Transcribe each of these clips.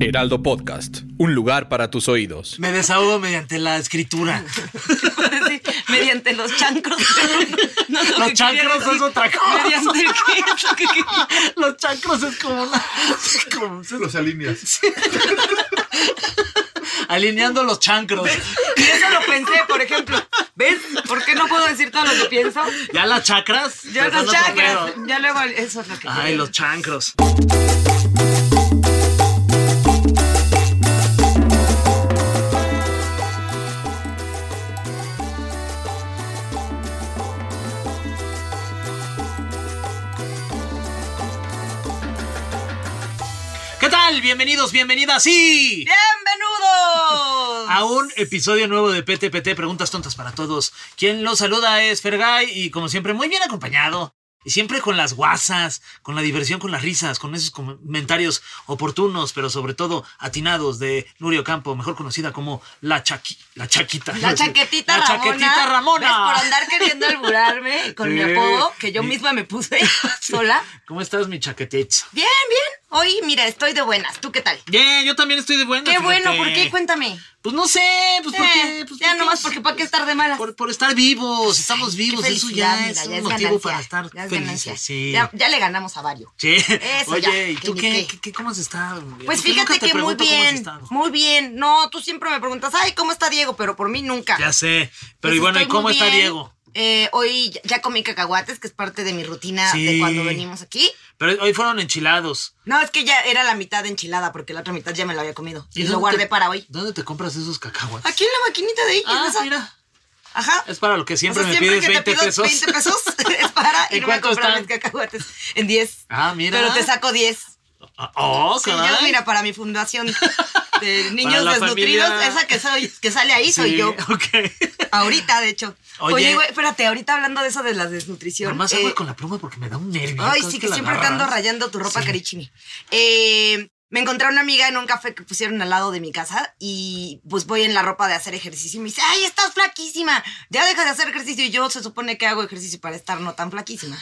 Heraldo Podcast, un lugar para tus oídos. Me desahogo mediante la escritura. Sí, mediante los chancros. No sé Los qué quería chancros decir. es otra cosa. Mediante qué es lo que quería- Los chakras es como una. como- Los alineas. alineando los chancros. Y eso lo pensé, por ejemplo. ¿Ves? ¿Por qué no puedo decir todo lo que pienso? ¿Ya las chakras? Ya los Empezando chakras. primero. Ya luego eso es lo que Ay, los chancros. ¿Qué tal? Bienvenidos, bienvenidas, sí. ¡Bienvenidos! A un episodio nuevo de PTPT, Preguntas Tontas para Todos. Quien los saluda es Fergay y como siempre muy bien acompañado. Y siempre con las guasas, con la diversión, con las risas, con esos comentarios oportunos, pero sobre todo atinados de Nurio Campo, mejor conocida como la, Chaqui, la Chaquita. La chaquetita La Ramona. chaquetita Ramona. ¿Ves? Por andar queriendo alburarme con mi Sí. apodo que yo misma me puse sola. ¿Cómo estás, mi chaquetita? Bien, bien. Hoy, mira, estoy de buenas. ¿Tú qué tal? Bien, yo también estoy de buena. Qué bueno, ¿por qué? cuentas? Cuéntame. Pues no sé, pues porque. Eh, Pues ya nomás porque para qué estar de malas. Por, por estar vivos, estamos vivos, Qué eso felicidad, ya mira, es un motivo para estar ya es ganancia. felices. Sí. Ya, ya le ganamos a varios. Sí. Eso Oye, ya, ¿y tú que ni qué, qué. qué- qué- ¿Cómo has estado? Nuria? Pues Yo nunca fíjate te que muy pregunto cómo has bien, estado. muy bien. No, tú siempre me preguntas, ay, ¿cómo está Diego? Pero por mí nunca. Ya sé. Pero Pues y bueno, ¿y estoy cómo muy está bien. Diego? Eh, hoy ya- ya comí cacahuates, que es parte de mi rutina Sí. de cuando venimos aquí. Pero hoy fueron enchilados. No, es que ya era la mitad de enchilada, porque la otra mitad ya me la había comido. Y dónde lo guardé te- para hoy. ¿Dónde te compras esos cacahuates? Aquí en la maquinita de ahí. en Ah, esa- mira. Ajá. Es para lo que siempre O sea, me pides que te 20 pido pesos. 20 pesos es para ¿En irme a cuánto comprar están? mis cacahuates. En 10. Ah, mira. Pero te saco 10. Oh, Sí, caray. yo, mira, para mi fundación de Para niños la desnutridos, familia. esa que, soy, que sale ahí soy Sí, yo. Ah, Ok. Ahorita, de hecho. Oye. Oye, güey, espérate, ahorita hablando de eso de la desnutrición. Nomás eh, agua con la pluma porque me da un nervio. Ay, cada sí, vez que la siempre te agarras. ando rayando tu ropa Sí. carichini. Eh, me encontré a una amiga en un café que pusieron al lado de mi casa y pues voy en la ropa de hacer ejercicio y me dice, ay, estás flaquísima, ya deja de hacer ejercicio y yo se supone que hago ejercicio para estar no tan flaquísima.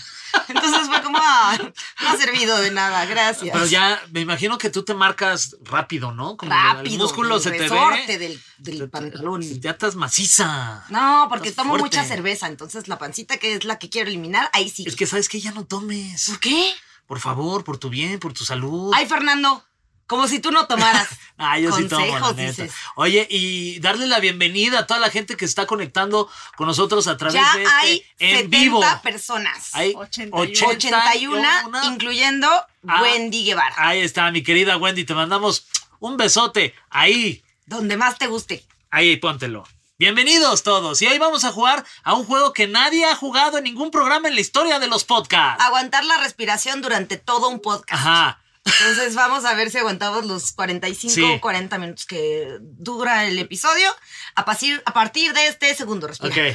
Entonces fue como, ah, no ha servido de nada, gracias. Pero ya me imagino que tú te marcas rápido, ¿no? Como el rápido, músculo el se te resorte ve. del, del Se te- pantalón. Ya estás maciza. No, porque Estás tomo mucha fuerte. cerveza, entonces la pancita que es la que quiero eliminar, ahí sí. Es que sabes que ya no tomes. ¿Por qué? Por favor, por tu bien, por tu salud. Ay, Fernando, como si tú no tomaras. Ah, yo sí tomo, la Consejos, neta. dices. Oye, y darle la bienvenida a toda la gente que está conectando con nosotros a través Ya de este hay en 70 vivo. personas. Hay 81, 81. incluyendo Ah, Wendy Guevara. Ahí está, mi querida Wendy, te mandamos un besote. Ahí, Donde más te guste. ahí póntelo. Bienvenidos todos. Y hoy vamos a jugar a un juego que nadie ha jugado en ningún programa en la historia de los podcasts. Aguantar la respiración durante todo un podcast. Ah. Ajá. Entonces vamos a ver si aguantamos los 45 Sí. o 40 minutos que dura el episodio a, pasir- a partir de este segundo respiro. Ok.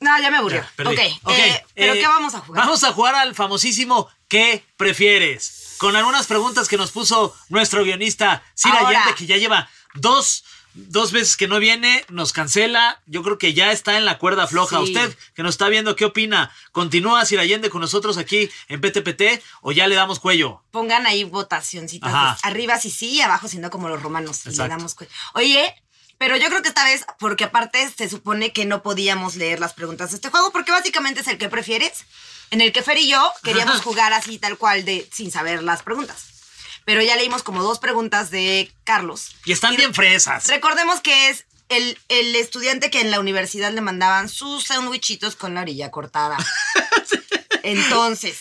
No, ya me aburrió. Ya, perdí. ok, eh, pero eh, ¿qué vamos a jugar? Vamos a jugar al famosísimo ¿Qué prefieres? Con algunas preguntas que nos puso nuestro guionista Cira Ahora. Allende, que ya lleva dos, dos veces que no viene, nos cancela. Yo creo que ya está en la cuerda floja. Sí. Usted que nos está viendo, ¿qué opina? ¿Continúa Cira Allende con nosotros aquí en PTPT o ya le damos cuello? Pongan ahí votacioncitas. Ajá. pues, Arriba si sí y abajo si no, como los romanos. Y le Exacto. damos cu- Oye, pero yo creo que esta vez, porque aparte se supone que no podíamos leer las preguntas de este juego, porque básicamente es el que prefieres, en el que Fer y yo queríamos Ajá. jugar así tal cual de sin saber las preguntas. Pero ya leímos como dos preguntas de Carlos. Y están bien fresas. Recordemos que es el, el estudiante que en la universidad le mandaban sus sándwichitos con la orilla cortada. Entonces,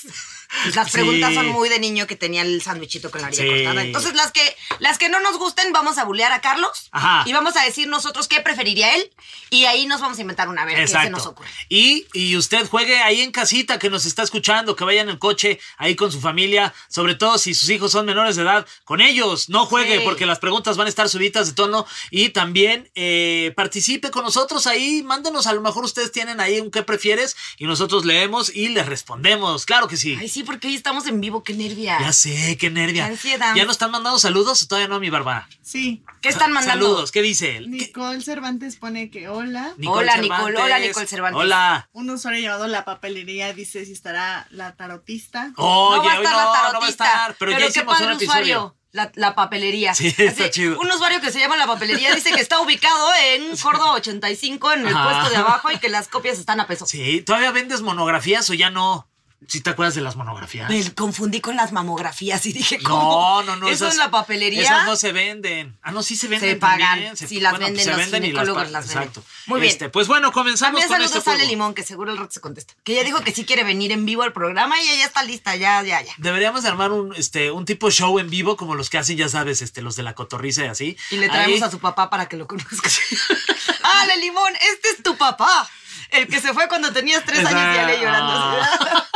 Pues las preguntas Sí. son muy de niño que tenía el sándwichito con la orilla Sí. cortada. Entonces, las que, las que no nos gusten, vamos a bulear a Carlos Ajá. y vamos a decir nosotros qué preferiría él. Y ahí nos vamos a inventar una a ver qué se nos ocurre. Y, y usted juegue ahí en casita que nos está escuchando, que vayan en coche, ahí con su familia, sobre todo si sus hijos son menores de edad, con ellos, no juegue Sí. porque las preguntas van a estar subidas de tono y también eh, participe con nosotros ahí, mándenos, a lo mejor ustedes tienen ahí un qué prefieres y nosotros leemos y les respondemos, claro que sí. Ay, sí, porque hoy estamos en vivo, qué nervia. ya sé, qué nervia. Qué ansiedad. ¿Ya nos están mandando saludos o todavía no, mi barba? Sí. ¿Qué están mandando? Saludos, ¿qué dice él? Nicole Cervantes pone que hola. Hola, Nicole. Hola, Nicole Cervantes. Hola. Un usuario llamado La Papelería dice si estará la tarotista. Oye, no va a hoy estar no, la tarotista. no va a estar, pero, ya qué hicimos un padre episodio. usuario. La, la papelería. Sí, está chido. Un usuario que se llama La Papelería dice que está ubicado en Córdoba 85, en el Ajá. puesto de abajo, y que las copias están a peso. Sí, ¿todavía vendes monografías o ya no? ¿Sí te acuerdas de las monografías? Me confundí con las mamografías y dije, ¿cómo? No, no, no. Eso esas- en la papelería. Esas no se venden. Ah, no, sí se venden. Se pagan. también, Sí, las bueno, venden se los y ginecólogos pagan, las venden. Exacto. Muy bien. Este, pues bueno, comenzamos También con saludos este a Ale juego. Limón, que seguro el rato se contesta. Que ella dijo que sí quiere venir en vivo al programa y ella ya está lista, ya, ya, ya. Deberíamos armar un, este, un tipo show en vivo como los que hacen, ya sabes, este, los de la cotorriza y así. Y le traemos Ahí- a su papá para que lo conozca. Ale Limón, este es tu papá. El que se fue cuando tenías tres Esa- años y Ale llorando. Ah.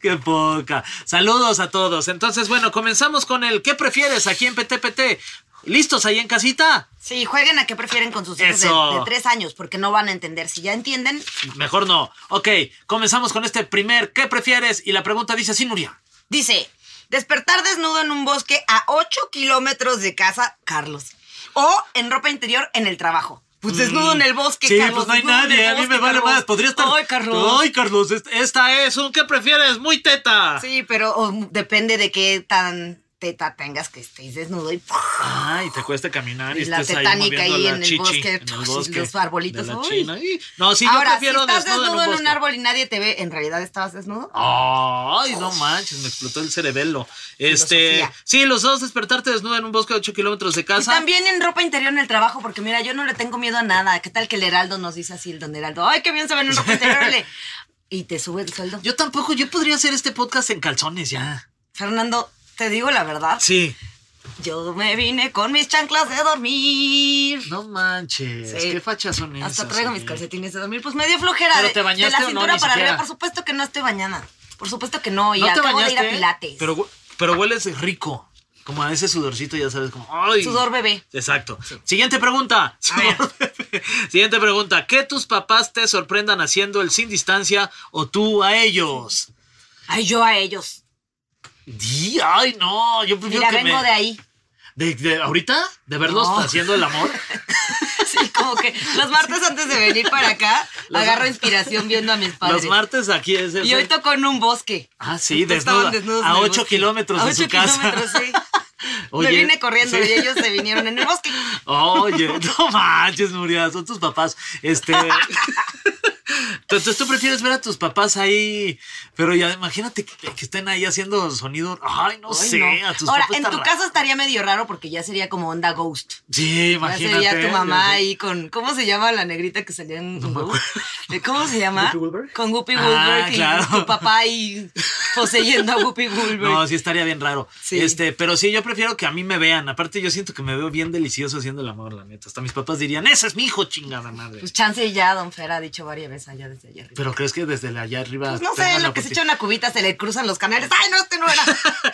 Qué poca. Saludos a todos. Entonces, bueno, comenzamos con el ¿qué prefieres aquí en PTPT? ¿Listos ahí en casita? Sí, jueguen a qué prefieren con sus hijos de, Eso. de tres años, porque no van a entender. Si ya entienden, Mejor no. Ok, comenzamos con este primer ¿qué prefieres? Y la pregunta dice así, Nuria. dice: despertar desnudo en un bosque a 8 kilómetros de casa, Carlos. O en ropa interior en el trabajo. Pues desnudo en el bosque, Mm. sí, Carlos. pues no hay desnudo en nadie. el A mí me bosque, vale Carlos. más. Podría estar. Ay, Carlos. Ay, Carlos, est- esta es un ¿qué prefieres? Muy teta. Sí, pero o, depende de qué tan teta tengas que estéis desnudo y ¡puf! Ay, te cuesta caminar y, Y la estés ahí tetánica moviendo ahí la en el chichi, bosque, en el pues, bosque los arbolitos, de la uy. China. Y- No, sí, yo Ahora, prefiero si estás desnudo, en un, bosque. árbol y nadie te ve, ¿en realidad estabas desnudo? Ay, no manches, me explotó el cerebelo. Este, Filosofía. sí, los dos despertarte desnudo en un bosque a 8 kilómetros de Y casa. también en ropa interior en el trabajo, porque mira, yo no le tengo miedo a nada. ¿Qué tal que el Heraldo nos dice así, el don Heraldo? ¡Ay, qué bien se ven en ropa interior! órale! Y te sube el sueldo. Yo tampoco, yo podría hacer este podcast en calzones ya. Fernando, te digo la verdad, Sí. yo me vine con mis chanclas de dormir. No manches, Sí. qué fachas son esas. Hasta traigo mis oye? calcetines de dormir. Pues me dio flojera. ¿Pero de- te De bañaste la o no? cintura Ni para siquiera. arriba. Por supuesto que no estoy bañada. Por supuesto que no. Y ¿No te acabo de ir a bañaste? Pilates. Pero, hu- pero hueles rico. Como a ese sudorcito, ya sabes, como. ¡Ay! Sudor Ah. bebé. Exacto. Siguiente pregunta. A ver. Siguiente pregunta. ¿Qué tus papás te sorprendan haciendo el sin distancia o tú a ellos? Ay, yo a ellos. Di- Ay, no, yo prefiero Mira, que vengo me- de ahí. ¿De, de ahorita? ¿De verlos No. haciendo el amor? Sí, como que los martes antes de venir para acá, Los- agarro inspiración viendo a mis padres. Los martes aquí es el... Y hoy tocó en un bosque. Ah, sí, Entonces, estaban desnuda. desnudos A en el 8 bosque. kilómetros A de ocho su casa. kilómetros, sí. Oye, Me vine corriendo sí. y ellos se vinieron en el bosque. Oye, no manches, Nuria, son tus papás. Este. Entonces tú prefieres ver a tus papás ahí, pero ya imagínate que, que estén ahí haciendo sonido. Ay, no Ay, sé, no. a tus Ahora, papás en está tu raro. caso estaría medio raro porque ya sería como onda ghost. Sí, Ya imagínate. sería tu ya mamá sé. ahí con. ¿Cómo se llama la negrita que salía en Ghost? ¿Cómo se llama? ¿Whoopi Goldberg? Con Whoopi Ah, Goldberg y claro. tu papá ahí poseyendo a Whoopi Goldberg. No, sí estaría bien raro. Sí. Este, pero sí, yo prefiero que a mí me vean. Aparte, yo siento que me veo bien delicioso haciendo el amor, la neta. Hasta mis papás dirían, ese es mi hijo, chingada madre. Pues chance ya, don Fer ha dicho varias veces allá desde allá. arriba. pero crees que desde la- allá arriba. Pues no sé, tengan en la lo que se oportun- echa una cubita se le cruzan los canales. ¡Ay, no, este no era!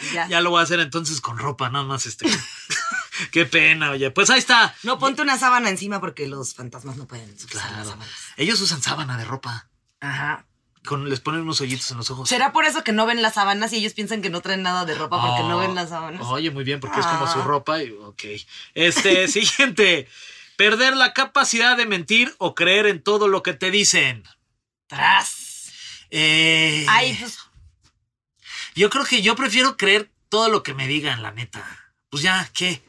Y ya. Ya lo voy a hacer entonces con ropa, nada más este. Qué pena, oye. Pues ahí está. No ponte una sábana encima porque los fantasmas no pueden cruzar las Claro. sábanas. Ellos usan sábana de ropa. Ajá. Con, les ponen unos hoyitos en los ojos. ¿Será por eso que no ven las sábanas y ellos piensan que no traen nada de ropa porque no Oh. ven las sábanas? Ah. Oye, muy bien, porque es como su ropa. Y, ok. Este, siguiente. Perder la capacidad de mentir o creer en todo lo que te dicen. ¡Tras! Eh, Ay, pues Yo creo que yo prefiero creer todo lo que me digan, la neta. Pues ya, ¿qué?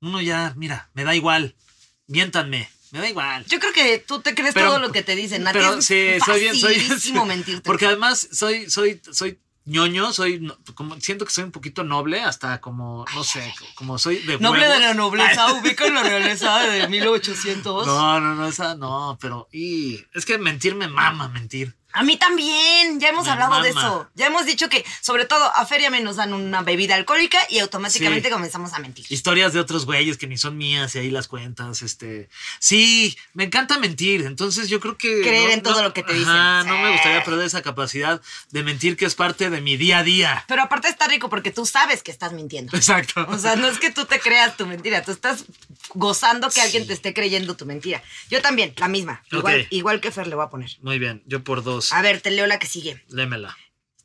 Uno ya, mira, me da igual. Miéntanme, me da igual. Yo creo que tú te crees Pero- todo lo que te dicen. A ti Pero es sí, soy bien, soy bien. facilísimo mentirte. Porque además soy, soy, soy ñoño, soy no- como siento que soy un poquito noble, hasta como, no sé, como soy de Noble de huevos. la nobleza, Ay, ubica en la realeza de 1800. No, no, no, esa no, pero y es que mentir me mama mentir. A mí también, ya hemos Me hablado de mama. eso. Ya hemos dicho que, sobre todo, a Feria me nos dan una bebida alcohólica y automáticamente Sí. comenzamos a mentir. Historias de otros güeyes que ni son mías y ahí las cuentas, este... Sí, me encanta mentir, entonces yo creo que... Creer en todo lo que te dicen. Ajá, no Sí. me gustaría perder esa capacidad de mentir que es parte de mi día a día. Pero aparte está rico porque tú sabes que estás mintiendo. Exacto. O sea, no es que tú te creas tu mentira, tú estás gozando que alguien te esté creyendo tu mentira. Yo también, la misma. Igual, Ok. igual que Fer le voy a poner. Muy bien, yo por dos. A ver, te leo la que sigue. Lémela.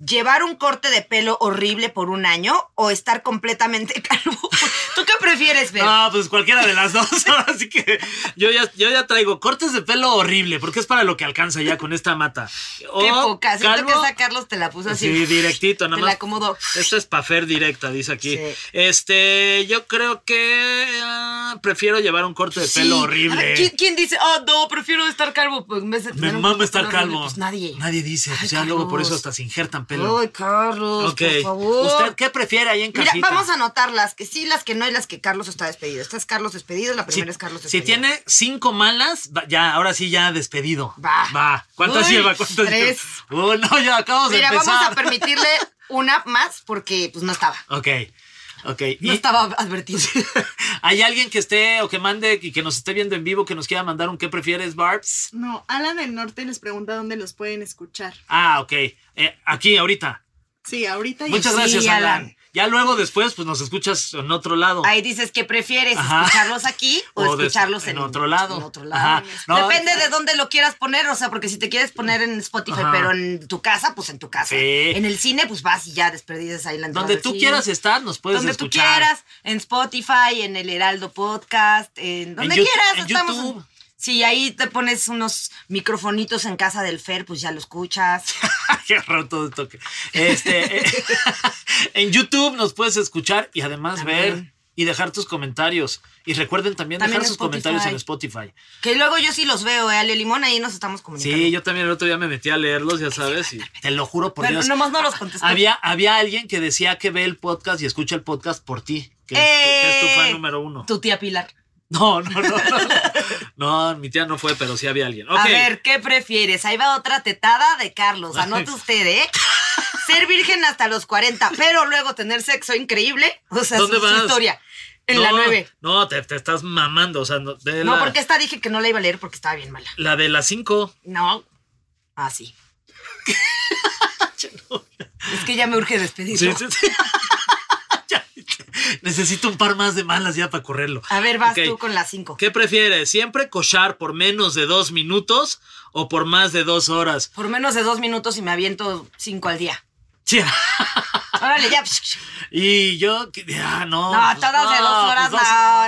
¿Llevar un corte de pelo horrible por un año o estar completamente calvo? ¿Tú qué prefieres, Fer? No, pues cualquiera de las dos. Así que yo ya, yo ya traigo cortes de pelo horrible, porque es para lo que alcanza ya con esta mata. O Qué poca. Siento oh, calvo- que esa Carlos te la puso así. Sí, directito, nada Te más. la acomodó. Esto es para Fer directa, dice aquí. Sí. Este, yo creo que ah, prefiero llevar un corte de Sí. pelo A ver, horrible. ¿quién, quién dice, ah, no, prefiero estar calvo? Pues en vez de Me tener un mama pelo estar horrible, calvo. Pues nadie. Nadie dice. Ay, pues ya luego por eso Carlos. hasta se injertan pelo. Ay, Carlos, ok. por favor. ¿Usted qué prefiere ahí en Mira, casita? vamos a anotar las que sí, las que no y las que Carlos está despedido. Esta es Carlos despedido, la primera es Carlos si despedido. tiene cinco malas, va- ya, ahora sí ya despedido. Va. ¿Cuántas Uy, lleva? ¿Cuántas tres. lleva? Uy, no, ya acabamos Mira, de empezar. vamos a permitirle una más porque pues no estaba. Ok, ok. No Y- estaba advertido. ¿Hay alguien que esté o que mande y que nos esté viendo en vivo que nos quiera mandar un qué prefieres, Barbs? No, Alan del Norte les pregunta dónde los pueden escuchar. Ah, ok. Eh, aquí, ahorita. Sí, ahorita y Muchas sí. gracias, Alan. Alan. Ya luego después, pues nos escuchas en otro lado. Ahí dices que prefieres Ajá. escucharlos aquí o, O de- escucharlos en, en otro lado. en otro lado. Ajá. No, Depende de dónde lo quieras poner, o sea, porque si te quieres poner en Spotify, Ajá. pero en tu casa, pues en tu casa. Sí. En el cine, pues vas y ya desperdices ahí la entrada Donde al tú cine. quieras estar, nos puedes donde escuchar. tú quieras, en Spotify, en el Heraldo Podcast, en donde Yu- quieras, en estamos. YouTube. Si ahí te pones unos microfonitos en casa del Fer, pues ya lo escuchas. Qué roto de toque. Este, eh, en YouTube nos puedes escuchar y además También. ver y dejar tus comentarios. Y recuerden también, También dejar en sus comentarios en Spotify. Que luego yo sí los veo, ¿eh? Ale Limón, ahí nos estamos Sí, comunicando. yo también el otro día me metí a leerlos, ya sabes, y te lo juro por Pero Dios. nomás no los contestó. Había, había alguien que decía que ve el podcast y escucha el podcast por ti, que, es, tu- que es tu fan ¡Eh! número uno. Tu tía Pilar. No, no, no, no. No, mi tía no fue, pero sí había alguien. Ok. A ver, ¿qué prefieres? Ahí va otra tetada de Carlos. Anote usted, ¿eh? Ser virgen hasta los 40, pero luego tener sexo increíble. O sea, ¿Dónde su, su vas? historia. En No, la 9. No, te, te estás mamando. O sea, no, de No, la, porque esta dije que no la iba a leer porque estaba bien mala. la de las cinco. No. Ah, sí. es que ya me urge despedirlo. Sí, sí, sí. Ya, Necesito un par más de malas ya para correrlo. A ver, vas Ok. tú con las 5. ¿Qué prefieres? ¿Siempre cochar por menos de dos minutos o por más de dos horas? Por menos de dos minutos y me aviento cinco al día. Sí. Órale, ya. Y yo, que- ah, no. No, todas de dos horas, no,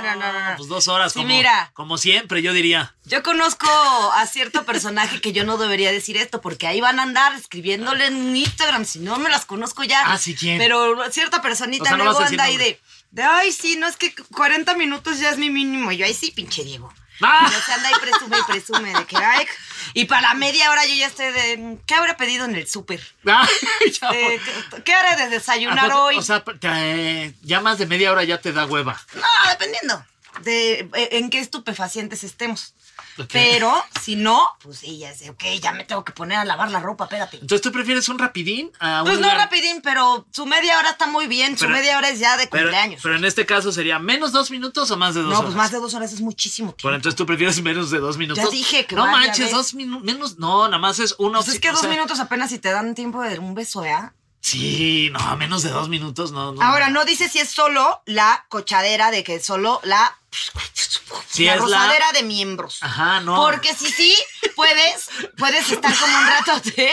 no, no, no, no. Pues dos horas, Sí, como, mira. como siempre, yo diría. Yo conozco a cierto personaje que yo no debería decir esto porque ahí van a andar escribiéndole en Instagram. Si no me las conozco ya. Ah, sí, ¿quién? Pero cierta personita O sea, no luego vas a decir anda ahí nombre. de, de, ay, sí, no es que 40 minutos ya es mi mínimo. Yo ahí sí, pinche Diego. Ah. Y se anda ahí presume y presume de que, ay, y para la media hora yo ya estoy de, ¿qué habrá pedido en el súper? Ay, ya. Eh, ¿Qué, qué haré de desayunar hoy? O sea, te- eh, ya más de media hora ya te da hueva. No, dependiendo de eh, en qué estupefacientes estemos. Ok. Pero si no, pues sí, ya sé, ok, ya me tengo que poner a lavar la ropa, espérate. Entonces, ¿tú prefieres un rapidín a un Pues no lugar? rapidín, pero su media hora está muy bien, su Pero- media hora es ya de Pero, cumpleaños. pero en este caso sería menos dos minutos o más de dos no, horas. pues más de dos horas es muchísimo tiempo. Bueno, entonces tú prefieres menos de dos minutos. Ya dije que No vaya, manches, ¿ves? dos minutos. Menos. No, nada más es una Pues es opción, que o dos sea, minutos apenas si te dan tiempo de un beso, ¿ya? Sí, no, menos de dos minutos, no. no Ahora, no dice si es solo la cochadera de que solo la. Si la es la- rozadera de miembros. Ajá, no. Porque si sí, puedes, puedes estar como un rato de.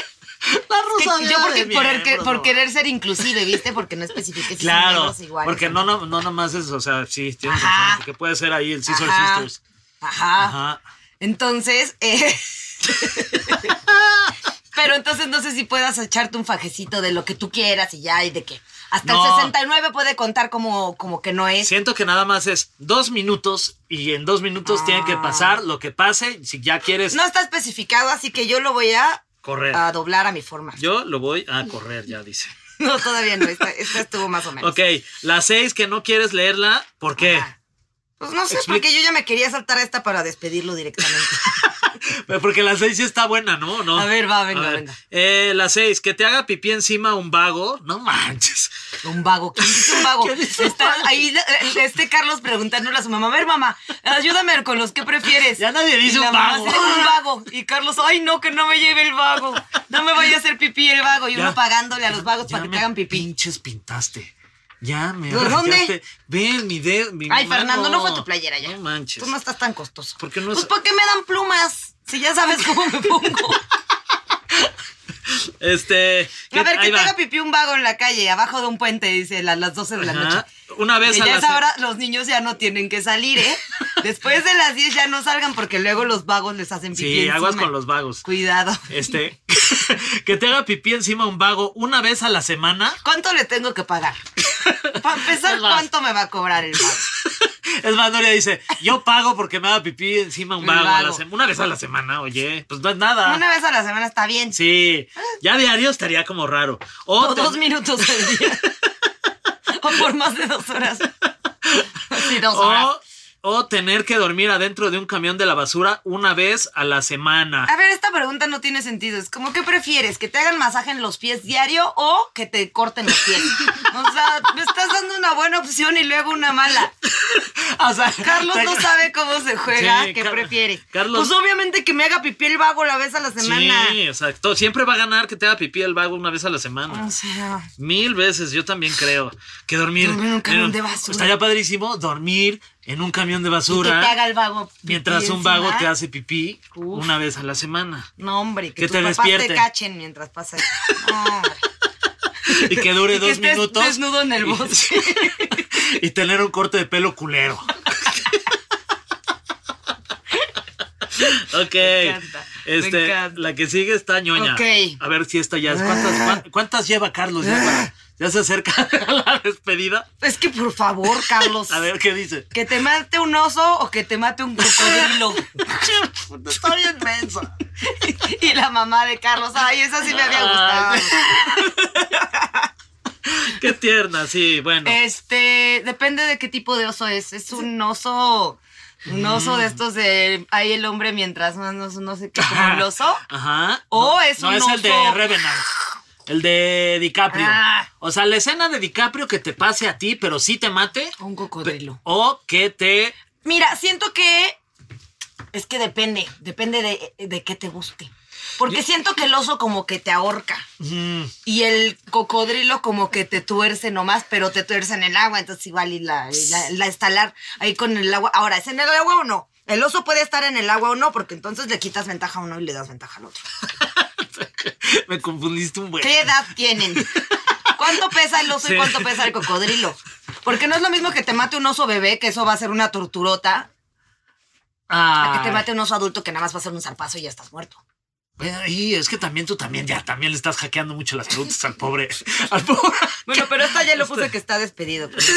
La Que rosadera yo porque de por, el que- miembros, por no. querer ser inclusive, ¿viste? Porque no especifique si son Claro, miembros iguales. porque no, no, no nomás es, o sea, sí, tienes Ajá. razón, porque puede ser ahí el Scissor Ajá. Sisters. Ajá. Ajá. Entonces, eh, pero entonces no sé si puedas echarte un fajecito de lo que tú quieras y ya, y de que hasta el No. 69 puede contar como, como que no es. Siento que nada más es dos minutos y en dos minutos tiene que pasar lo que pase. Si ya quieres Ah. No Ah. está especificado, así que yo lo voy a, correr, a doblar a mi forma. yo lo voy a correr, ya dice. No, todavía no, esta, esta estuvo más o menos. Ok, la seis que no quieres leerla, ¿por qué? Ajá. Pues no sé, porque yo ya me quería saltar esta para despedirlo directamente. Pero Porque la 6 sí está buena, ¿no? ¿O no? A ver, va, venga, venga. Eh, la 6, que te haga pipí encima un vago. No manches. Un vago. ¿Quién dice un vago? ¿Quién dice un Está vago? ahí eh, este Carlos preguntándole a su mamá, a ver, mamá, ayúdame con los que prefieres. Ya nadie dice Y la un mamá vago. así de, un vago. Y Carlos, ay, no, que no me lleve el vago. No me vaya a hacer pipí el vago. Y Ya. uno pagándole a los vagos Ya para que me te hagan pipí. Pinches pintaste. Ya me ¿Pero dónde? pintaste. Ven, mi dedo. mi Ay, mano. Fernando, no fue tu playera ya. No manches. Tú no estás tan costoso. ¿Por qué no es- pues, ¿por qué me dan plumas? Si ya sabes cómo me pongo. Este. A ver, ahí que va. tenga pipí un vago en la calle, abajo de un puente, dice, a las 12 de la Ajá. noche. Una vez Que a e- ya la es ahora, los niños ya no tienen que salir, ¿eh? Después de las 10 ya no salgan porque luego los vagos les hacen pipí. Sí, aguas encima. con los vagos. Cuidado. Este. que te haga pipí encima un vago una vez a la semana. ¿Cuánto le tengo que pagar? Para empezar, Es más. ¿cuánto me va a cobrar el vago? Es más, Nuria dice, yo pago porque me haga pipí encima un Un vago, a la vago. sem- una vez a la semana, oye, pues no es nada. Una vez a la semana está bien. Sí, ya diario estaría como raro. O O te- dos minutos al día. o por más de dos horas. Sí, dos horas. o, o tener que dormir adentro de un camión de la basura una vez a la semana. A ver, esta pregunta no tiene sentido. Es como, ¿qué prefieres? ¿Que te hagan masaje en los pies diario o que te corten los pies? O sea, me estás dando una buena opción y luego una mala. O sea, Ah, Carlos te- no sabe cómo se juega. Sí, ¿Qué Car- prefiere? Carlos- Pues obviamente que me haga pipí el vago la vez a la semana. Sí, exacto. Siempre va a ganar que te haga pipí el vago una vez a la semana. O sea, Mil veces, yo también creo que dormir. Dormir en un camión en- de basura. Estaría padrísimo dormir en un camión de y que te basura. haga el vago. pipí Mientras un encima. vago te hace pipí Uf. una vez a la semana. No, hombre, que, que tus te papás despierte. te cachen mientras pasa. eso. No, hombre. Y que dure Y que dos estés minutos. desnudo en el Y- bosque. Y, tener un corte de pelo culero. ok. encanta, me Este, encanta. La que sigue está ñoña. Ok. Ah. A ver si esta ya es. ¿Cuántas, cuán- cuántas lleva Carlos? Ya, para- ya se acerca a la despedida. Es que por favor, Carlos. A ver qué dice. Que te mate un oso o que te mate un cocodrilo. Está bien mensa. y la mamá de Carlos, ay, esa sí me había gustado. Qué tierna, sí, bueno. Este, depende de qué tipo de oso es. Es un oso, un oso de estos de ahí el hombre mientras más no, no sé qué, como el oso. Ajá. O es no un es el de oso. Revenant. El de DiCaprio. Ah. O sea, la escena de DiCaprio que te pase a ti, pero sí te mate. Un cocodrilo. O que te. Mira, siento que es que depende, depende de, de qué te guste. Porque siento que el oso como que te ahorca y el cocodrilo como que te tuerce nomás, pero te tuerce en el agua, entonces igual y la, y la, la estalar ahí con el agua. Ahora, ¿es en el agua o no? El oso puede estar en el agua o no, porque entonces le quitas ventaja a uno y le das ventaja al otro. Me confundiste un buen. ¿Qué edad tienen? ¿Cuánto pesa el oso Sí. y cuánto pesa el cocodrilo? Porque no es lo mismo que te mate un oso bebé, que eso va a ser una torturota, Ah. a que te mate un oso adulto que nada más va a ser un zarpazo y ya estás muerto. Bueno, y es que también tú también, ya también le estás hackeando mucho las preguntas al pobre. Al pobre. Este, Bueno, pero esta ya lo puse que está despedido. Pues,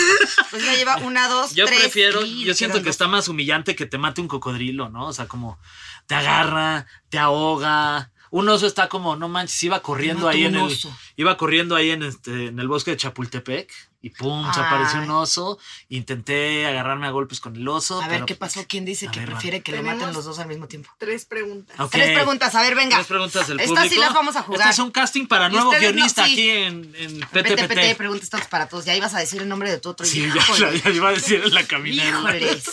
Pues ya lleva una, dos, Yo tres. prefiero, y yo siento quedan que dos. está más humillante que te mate un cocodrilo, ¿no? O sea, como te agarra, te ahoga. Un oso está como, no manches, iba corriendo mató ahí en un el. oso. Iba corriendo ahí en este, en el bosque de Chapultepec y pum, se Ay. apareció un oso. Intenté agarrarme a golpes con el oso. A pero- ver, ¿qué pasó? ¿Quién dice A que ver, prefiere que lo Tenemos- maten los dos al mismo tiempo? Tres preguntas. Ok. Tres preguntas, a ver, venga. Tres preguntas del Estas público. sí las vamos a jugar. Este es un casting para Y nuevo ustedes no- guionista sí. aquí en, en Vete, PTPT. vete, preguntas todas para todos. Ya ibas a decir el nombre de tu otro. Sí, ya, Híjole. ya iba a decir en la caminera. Híjoles.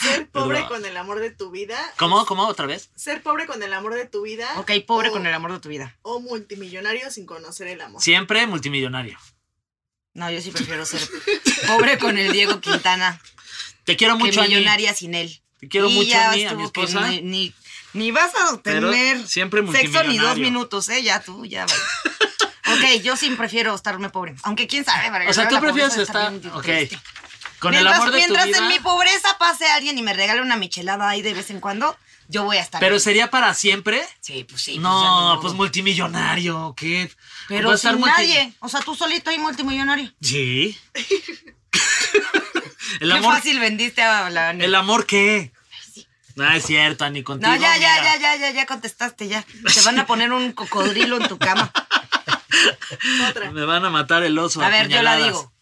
Ser pobre Perdón. con el amor de tu vida. ¿Cómo? ¿Cómo? ¿Otra vez? Ser pobre con el amor de tu vida. Ok, pobre o- con el amor de tu vida. O multimillonario sin conocer el amor. Siempre multimillonario. No, yo sí prefiero ser pobre con el Diego Quintana Te quiero mucho, que Ani. millonaria sin él. Te quiero Y mucho, ya Ani, a mi estuvo que esposa. Ni, ni- ni vas a Pero obtener siempre sexo ni dos multimillonario. minutos, ¿eh? Ya tú, ya vale. Ok, yo sí prefiero estarme pobre. Aunque quién sabe, para O sea, luego tú la prefieres pobreza estar. está bien Ok. triste. Con mientras el amor de mientras tu vida. en mi pobreza pase alguien y me regale una michelada ahí de vez en cuando, yo voy a estar. Pero bien. sería para siempre. Sí, pues sí. pues ya ni No, modo. pues multimillonario, ¿qué? Pero Va a sin estar multi- nadie. O sea, tú solito y multimillonario. Sí. el Qué amor, fácil vendiste a la Ani. el amor qué? No es cierto, Ani, contigo. No, ya, ya, mira. ya, ya, ya, ya contestaste, ya. Te van a poner un cocodrilo en tu cama. Otra. Me van a matar el oso. A ver, yo la puñaladas. digo.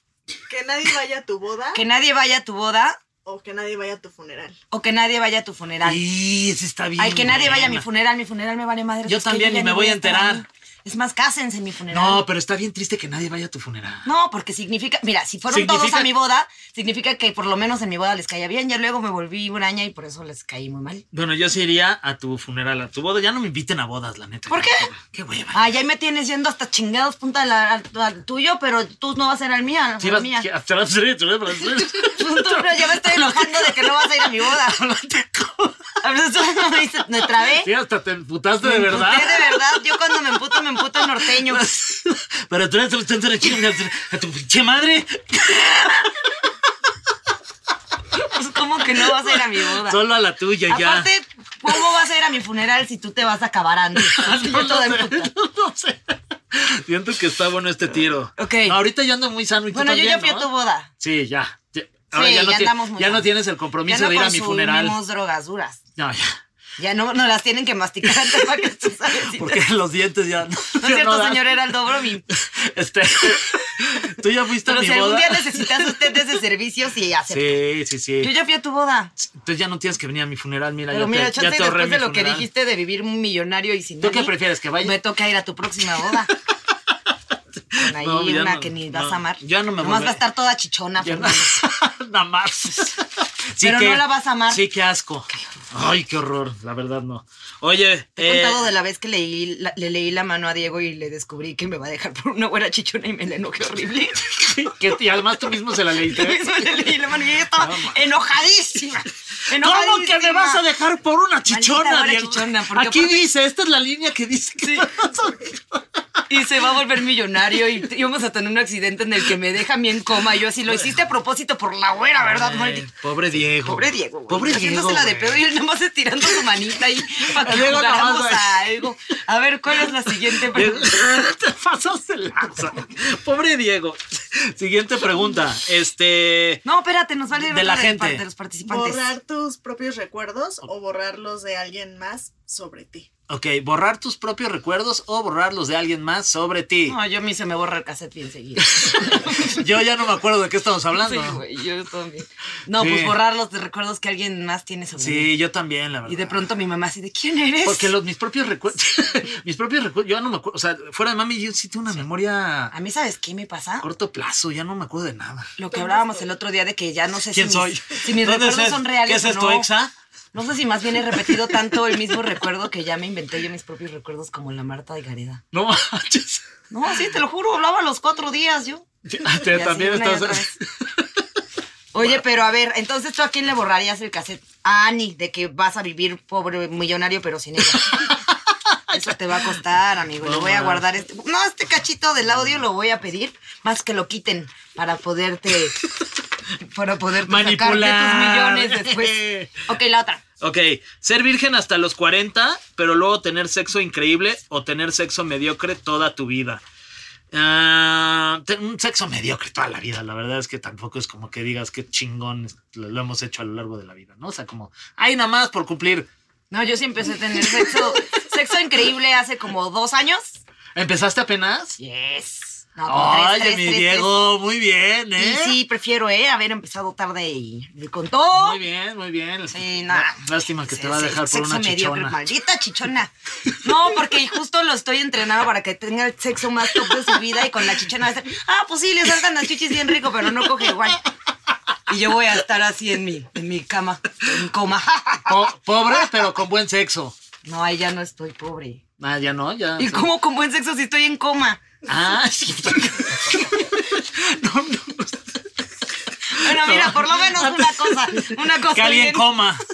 Que nadie vaya a tu boda. Que nadie vaya a tu boda o que nadie vaya a tu funeral. O que nadie vaya a tu funeral. Y ese está bien. Al que nadie vaya a mi buena. funeral, mi funeral me vale madre. Yo es que también, ya y ni me voy a estar enterar. ahí. Es más, cásense en mi funeral. No, pero está bien triste que nadie vaya a tu funeral. No, porque significa, mira, si fueron todos Significa- a mi boda, significa que por lo menos en mi boda les caía bien. Yo luego me volví huraña y por eso les caí muy mal. Bueno, yo sí iría a tu funeral, a tu boda. Ya no me inviten a bodas, la neta. ¿Por qué? Ah, Qué hueva. Ay, ahí me tienes yendo hasta chingados punta de la- al, al tuyo, pero tú no vas a ir al mío, a la Sí, vas- mía. que- hasta la- Tú, tú, pero yo me estoy enojando de que no vas a ir a mi boda. A ver, tú me, dices, me trabé. Sí, hasta te emputaste de ¿Eh? Me verdad. emputé de verdad, yo cuando me emputo, me emputo norteño. Pero tú eres el centro de chinga a tu pinche madre. Pues, ¿Cómo que no vas a ir a mi boda? Solo a la tuya ya. Aparte, ¿cómo vas a ir a mi funeral si tú te vas a acabar antes? Así yo Ah, no, sé, toda emputada. no sé. Siento que está bueno este tiro. Ok. No, ahorita ya ando muy sano y tú Bueno, yo ya también, fui a ¿no? tu boda. Sí, ya. Ya- Ahora Sí, ya, no, ya ti- andamos muy ya no sanos. tienes el Ya compromiso no de ir a mi funeral. consumimos drogas duras. No, ya. Ya no, no las tienen que masticar antes para que tú sabes. si- Porque los dientes ya. No es cierto, dan. señor Heraldo Bromi. Este. Tú ya fuiste a Pero mi si boda. algún día necesitas usted de ese servicio, sí, hace. Sí, sí, sí. Yo ya fui a tu boda. Entonces ya no tienes que venir a mi funeral. Mira, Pero ya mira, te, ya chance, te ahorré después de mi lo que funeral. dijiste de vivir un millonario y sin ¿Tú qué nadie, prefieres, que vaya? Me toca ir a tu próxima boda. Con ahí No, ya una no, que ni no, vas a amar. ya no me Nomás volveré. va a estar toda chichona. Ya no- Fernando. Nada más. Sí Pero no la vas a amar. Sí, qué asco. Ay, qué horror. La verdad, no. Oye, Te he eh, contado de la vez que leí, la- le leí la mano a Diego y le descubrí que me va a dejar por una buena chichona y me la enojé horrible. que- y además tú mismo se la Yo leíste. ¿eh? misma le leí la mano y ella estaba enojadísima. Ah, ¿Cómo que me vas a dejar por una chichona, buena Diego? chichona, porque Aquí aparte- dice, esta es la línea que dice que Y se va a volver millonario y y vamos a tener un accidente en el que me deja a mí en coma. Y yo así lo hiciste a propósito por la güera, ¿verdad, Ay, maldito? Pobre Diego. Pobre Diego, güey. Pobre Diego. Haciéndose la de güey. peor y él nomás estirando su manita ahí para que Diego nomás, jugáramos güey. a algo. A ver, ¿cuál es la siguiente Diego, pregunta? Te pasaste lanza. Pobre Diego. Siguiente pregunta. Este. No, espérate, nos vale De otra la del gente. par- de los participantes. Borrar tus propios recuerdos o borrarlos de alguien más sobre ti. Ok, borrar tus propios recuerdos o borrar los de alguien más sobre ti. No, yo a mí se me borra el cassette bien seguido. Yo ya no me acuerdo de qué estamos hablando. Sí, güey, yo también. No, Sí. pues borrar los recuerdos que alguien más tiene sobre mí. Sí, yo también, la verdad. Y de pronto mi mamá así de ¿quién eres? Porque los, mis propios recuerdos. mis propios recuerdos. Yo ya no me acuerdo. O sea, fuera de mami, yo sí tengo una memoria A mí, ¿sabes qué me pasa? a corto plazo. Ya no me acuerdo de nada. Lo que hablábamos el otro día de que ya no sé ¿Quién si soy? mis, si mis ¿Dónde recuerdos es- son reales ¿Qué es o esto, no. exa? No sé si más bien he repetido tanto el mismo recuerdo que ya me inventé yo mis propios recuerdos como la Marta de Gareda. No manches. No, sí, te lo juro, hablaba los cuatro días yo. Te- Y así también una y otra estás. Oye, pero a ver, entonces tú a quién le borrarías el cassette? A Ani, de que vas a vivir pobre millonario pero sin ella. Eso te va a costar, amigo. Lo No, voy a ma. guardar este. No, este cachito del audio lo voy a pedir. Más que lo quiten para poderte. Para poderte Manipular. sacarte tus millones después. Ok, la otra. Ok, ser virgen hasta los 40, pero luego tener sexo increíble o tener sexo mediocre toda tu vida. Ah, te- un sexo mediocre toda la vida, la verdad es que tampoco es como que digas qué chingón lo, lo hemos hecho a lo largo de la vida, ¿no? O sea, como, ay, nada más por cumplir. No, yo sí empecé a tener sexo. sexo increíble hace como dos años. ¿Empezaste apenas? Yes. No, como tres, Oye, tres, mi tres, tres. Diego, muy bien, ¿eh? Y sí, prefiero, ¿eh? Haber empezado tarde y, y con Muy todo. bien, muy bien. Sí, nada. Lástima que te Sí, va a sí, dejar por sexo una mediocre, chichona. Maldita chichona. No, porque justo lo estoy entrenando para que tenga el sexo más top de su vida y con la chichona va a estar, ah, pues sí, le saltan las chichis bien rico, pero no coge igual. Y yo voy a estar así en mi, en mi cama, en coma. Po- pobre, pero con buen sexo. No, ahí ya no estoy pobre. Ah, ya no, ya. ¿Y sí. cómo con buen sexo si estoy en coma? Ah, sí. no, no. Bueno, mira, por lo menos una cosa, una cosa. Que alguien bien. coma.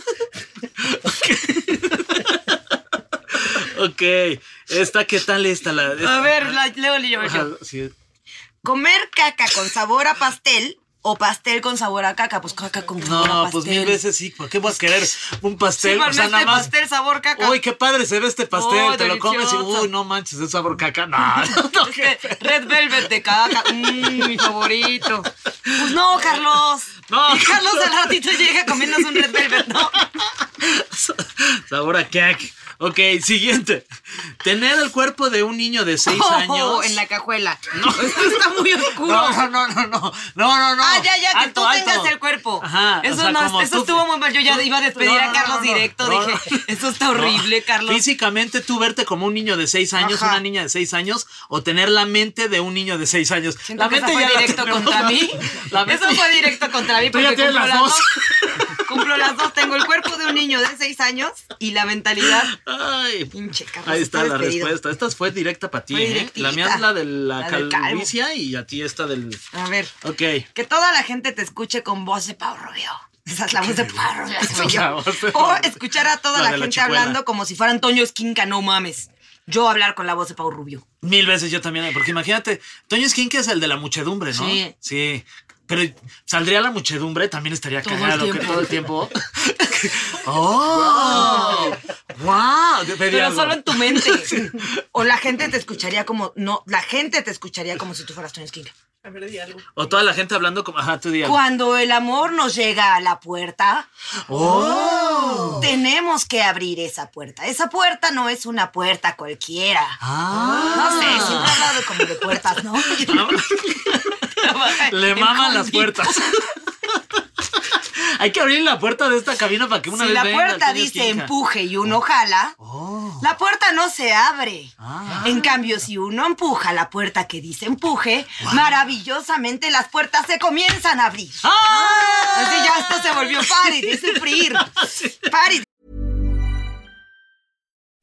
ok. ¿Esta qué tal esta? La, A ver, la, leo, leo, leo. Ojalá, sí. ¿Comer caca con sabor a pastel o pastel con sabor a caca? Pues caca con sabor a pastel. No, pues mil veces sí. ¿Por qué voy a querer un Sí, pastel? o sea, este nada más. pastel sabor caca. Uy, qué padre se ve este pastel. Oh, Te lo comes y, delicioso. uy, no manches, es sabor caca. No, no, no, qué Este, Red Velvet de caca. Mm, mi favorito. Pues no, Carlos. No, Y Carlos al ratito llega comiéndose un Red Velvet, ¿no? Sabor a cake. Ok, siguiente. Tener el cuerpo de un niño de 6 Oh, años. en la cajuela. No. Esto está muy oscuro. No, no, no, no, no, no, no, no. Ah, ya, ya, que Alto, tú alto. tengas el cuerpo. Ajá, Eso, o sea, no, como eso tú- estuvo muy mal. Yo ya iba a despedir No, a no, Carlos no, no. directo. No, Dije, no. eso está horrible, No. Carlos. Físicamente tú verte como un niño de 6 años, Ajá. una niña de 6 años, o tener la mente de un niño de 6 años. Siento la que mente eso fue ya la directo tenemos. contra mí. La mente- Eso fue directo contra mí Tú ya porque tienes cumplo las las dos. dos. Cumplo las dos. Tengo el cuerpo de un niño de seis años y la mentalidad. Ay, Pinche Carlos. Ahí está estoy la despedido. respuesta. Esta fue directa para ti, Fue ¿eh? directita. La mía es la de la, La del calvo. calvicie y a ti esta del. A ver. Ok. Que toda la gente te escuche con voz de Pau Rubio. Esa es la voz de Pau Rubio. soy es yo. la voz de O Pau Rubio. escuchar a toda La la, de la gente chicuela. hablando como si fuera Antonio Esquinca, no mames. Yo hablar con la voz de Pau Rubio. Mil veces yo también, porque imagínate, Toño Esquín que es el de la muchedumbre, ¿no? Sí. Sí. Pero saldría la muchedumbre, también estaría Todo el cagado que tiempo. todo el tiempo. ¡Oh! ¡Wow! Pero solo en tu mente. O la gente te escucharía como. No, la gente te escucharía como si tú fueras Antonio Esquinca. A ver, di algo. O toda la gente hablando como. Ajá, tú digas. Cuando el amor nos llega a la puerta, ¡Oh! tenemos que abrir esa puerta. Esa puerta no es una puerta cualquiera. ¡Ah! No sé, siempre he hablado como de puertas, ¿no? Le En maman las Home puertas. Hay que abrir la puerta de esta cabina para que una si vez la venga Oh. el puerta Toño dice Esquinca. empuje y uno jala, Oh. la puerta no se abre. Ah. En cambio, si uno empuja la puerta que dice empuje, maravillosamente las puertas se comienzan a abrir. ¡Ah! Así ya esto se volvió party de sufrir. Party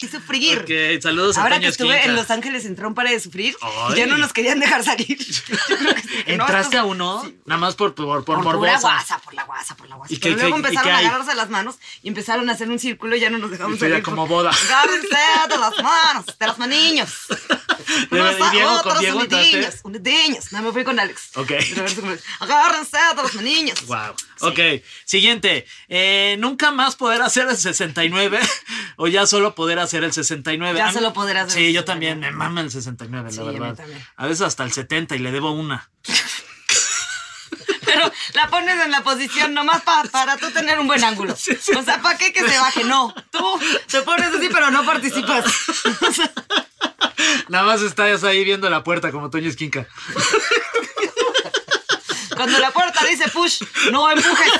de sufrir. Ok, saludos a Ahora Toño que estuve Esquinca. en Los Ángeles entró un par de sufrir Ay. y ya no nos querían dejar salir. Yo creo que sí, que no, ¿Entraste estos- a uno? Nada más por, por, por, Por, morbosa. la guasa, por la guasa, por la guasa. ¿Y Pero qué- luego qué- y empezaron qué a hay? agarrarse las manos y empezaron a hacer un círculo y ya no nos dejamos Esto ya salir. como boda. Agárrense de las manos, de las maniños. De Unos verdad, ¿y a Diego? ¿Con otros, Diego entraste? unidiños, unidiños. No, me fui con Alex. Ok. Y Roberto como, Agárrense de las maniños. Wow. Ok, siguiente. Eh, Nunca más poder hacer el 69 o ya solo poder hacer el 69. Ya A mí- solo poder hacer Sí, el yo 69. también. Me mama el 69, Sí, a la mí verdad. también. A veces hasta el 70 y le debo una. Pero la pones en la posición nomás pa- para tú tener un buen ángulo. O sea, ¿para qué que se baje? No. Tú te pones así, pero no participas. O sea, Nada más estás ahí viendo la puerta como Toño Esquinca. Cuando la puerta dice push, no empujes.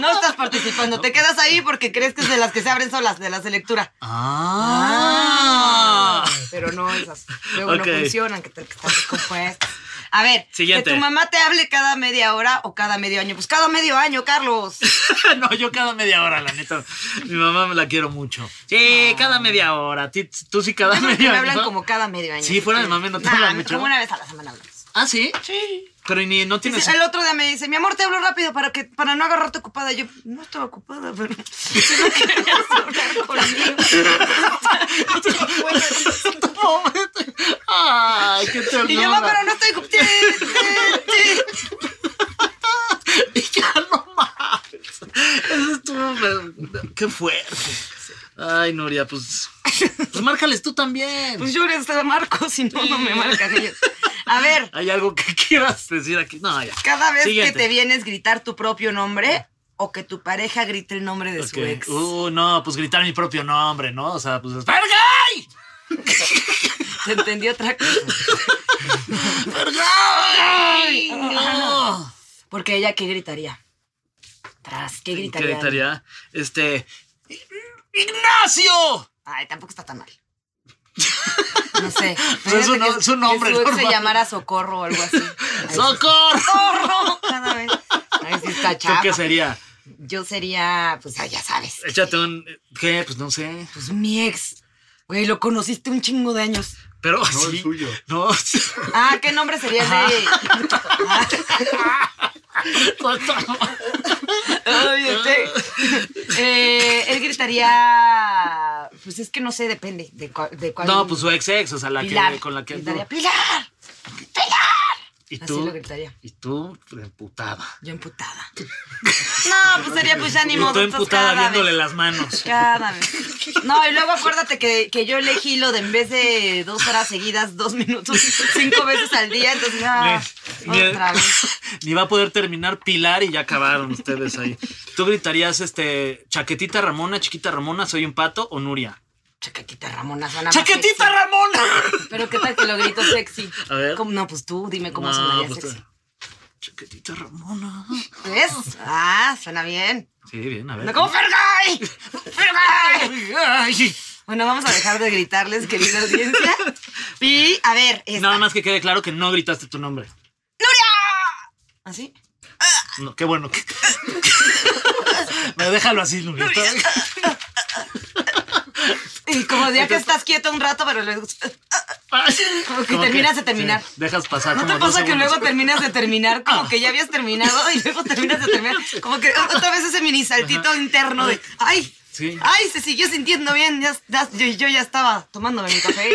No estás participando. Te quedas ahí porque crees que es de las que se abren solas, de las de lectura. Ah. Pero no esas. Luego Ok. no funcionan, que, te, que están descompuestas. A ver, Siguiente. que tu mamá te hable cada media hora o cada medio año. Pues cada medio año, Carlos. no, yo cada media hora, la neta. Mi mamá me la quiero mucho. Sí, cada media hora. Ti- Tú sí cada Yo creo que media me hora. hablan como cada medio año. Sí, fuera de mami, no te Nah, hablan mucho. Como una vez a la semana hablamos. Ah, sí. Sí. Pero ni no tienes. Dice, el otro día me dice, mi amor, te hablo rápido para que para no agarrarte ocupada. Yo no estaba ocupada, pero si no querías hablar conmigo. Ay, qué ternura. Y yo, "Ma, pero no estoy ocupada. Ya no más. Eso estuvo. Qué fuerte. Ay, Nuria, pues. Pues márcales tú Pues también. yo les marco, si no, no me marcan ellos. A ver, Hay algo que quieras decir aquí. No, ya. cada vez Siguiente. que te vienes gritar tu propio nombre o que tu pareja grite el nombre de su Ok. ex. Uh, no, pues gritar mi propio nombre, ¿no? O sea, pues. ¡Vergay! ¿Se entendió otra cosa? ¡Vergay! Porque ella, ¿qué gritaría? Tras, qué ¿Qué gritaría. gritaría? Este. ¡Ignacio! Ay, tampoco está tan mal. No sé. Pues es un Imagínate no- es un nombre que su ex se normal. llamara Socorro o algo así. Ay, ¡Socorro! ¡Socorro! Cada vez. Ay, sí está ¿Yo chafa. qué sería? Yo sería, pues ah, ya sabes. Échate un. ¿Qué? Pues no sé. Pues mi ex. Güey, lo conociste un chingo de años. Pero. No, suyo. No. Ah, ¿qué nombre sería ese? Ay, este. Eh, él gritaría. Pues es que no sé, depende de, cua- de cuál. No, pues su ex ex, o sea, la Pilar. que con la que. Gritaría, ¡Pilar! ¿Y Así tú? lo gritaría. Y tú, emputada. Yo emputada. No, pues sería pues ya ni Y modo. tú entonces, emputada cada viéndole vez. las manos. Cada vez. No, y luego acuérdate que, que yo elegí lo de en vez de dos horas seguidas, dos minutos, cinco veces al día, entonces ah, Ni- otra vez. Ni va a poder terminar Pilar y ya acabaron ustedes ahí. ¿Tú gritarías este chaquetita Ramona, chiquita Ramona, soy un pato o Nuria? Chaquetita Ramona suena más ¡Chaquetita sexy. Ramona! Pero qué tal que lo grito sexy. A ver. ¿Cómo? No, pues tú dime cómo No, sonaría pues, sexy. Chaquetita Ramona. ¿Ves? Ah, suena bien. Sí, bien, a ver. No como Fergay. Fergay. Bueno, vamos a dejar de gritarles, querida audiencia. Y a ver, esta. Nada más que quede claro que no gritaste tu nombre. ¿Así? No, qué bueno. que- Pero déjalo así, Nuria. Está- Y como ya que estás quieto un rato, pero luego. Como que terminas de terminar. Sí, dejas pasar. ¿No te como dos pasa que segundos. luego terminas de terminar como que ya habías terminado y luego terminas de terminar? Como que otra vez ese mini saltito interno de ¡ay! Sí. ¡ay! Se siguió sintiendo bien. Ya, ya- yo, yo ya estaba tomándome mi café.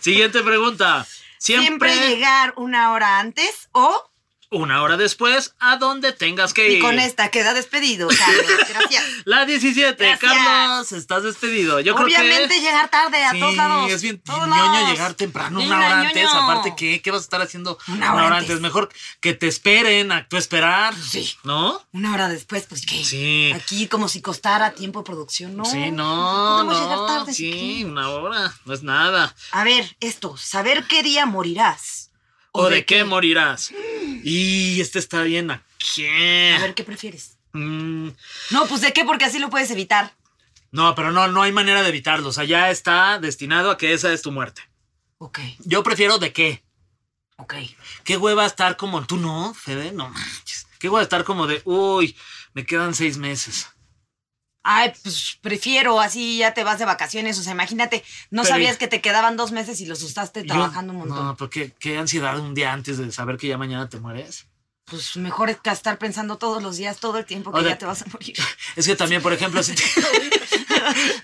Siguiente pregunta. Siempre llegar una hora antes o. una hora después a donde tengas que ir. Y con este. esta queda despedido, Carlos. Gracias. La 17, Gracias. Carlos, estás despedido. Yo creo Obviamente que llegar tarde a Sí, todos lados. es bien todos ñoño lados. llegar temprano, Bien una hora ñoño. antes. Aparte, ¿qué? ¿Qué vas a estar haciendo una hora, antes? Mejor que te esperen a tú esperar. Sí. ¿No? Una hora después, pues qué. Sí. Aquí como si costara tiempo de producción, ¿no? sí, no, podemos no. llegar tarde, sí, ¿qué? una hora, no es nada. A ver, esto, saber qué día morirás. ¿O, de, qué, morirás? Y este está bien. ¿A A ver, quién? ¿qué prefieres? Mm, No, pues de qué, porque así lo puedes evitar. no, pero no, no hay manera de evitarlo. O sea, ya está destinado a que esa es tu muerte. Ok, Yo prefiero de qué. ok. Qué hueva estar como tú no, Fede, no manches. Qué hueva estar como de, uy, me quedan seis meses. Ay, pues prefiero, así ya te vas de vacaciones. O sea, imagínate, no Pero- sabías que te quedaban dos meses y los usaste Y trabajando yo, un montón. No, pero qué, qué ansiedad un día antes de saber que ya mañana te mueres. Pues mejor es que estar pensando todos los días, todo el tiempo que O sea- ya te vas a morir. Es que también, por ejemplo, si te-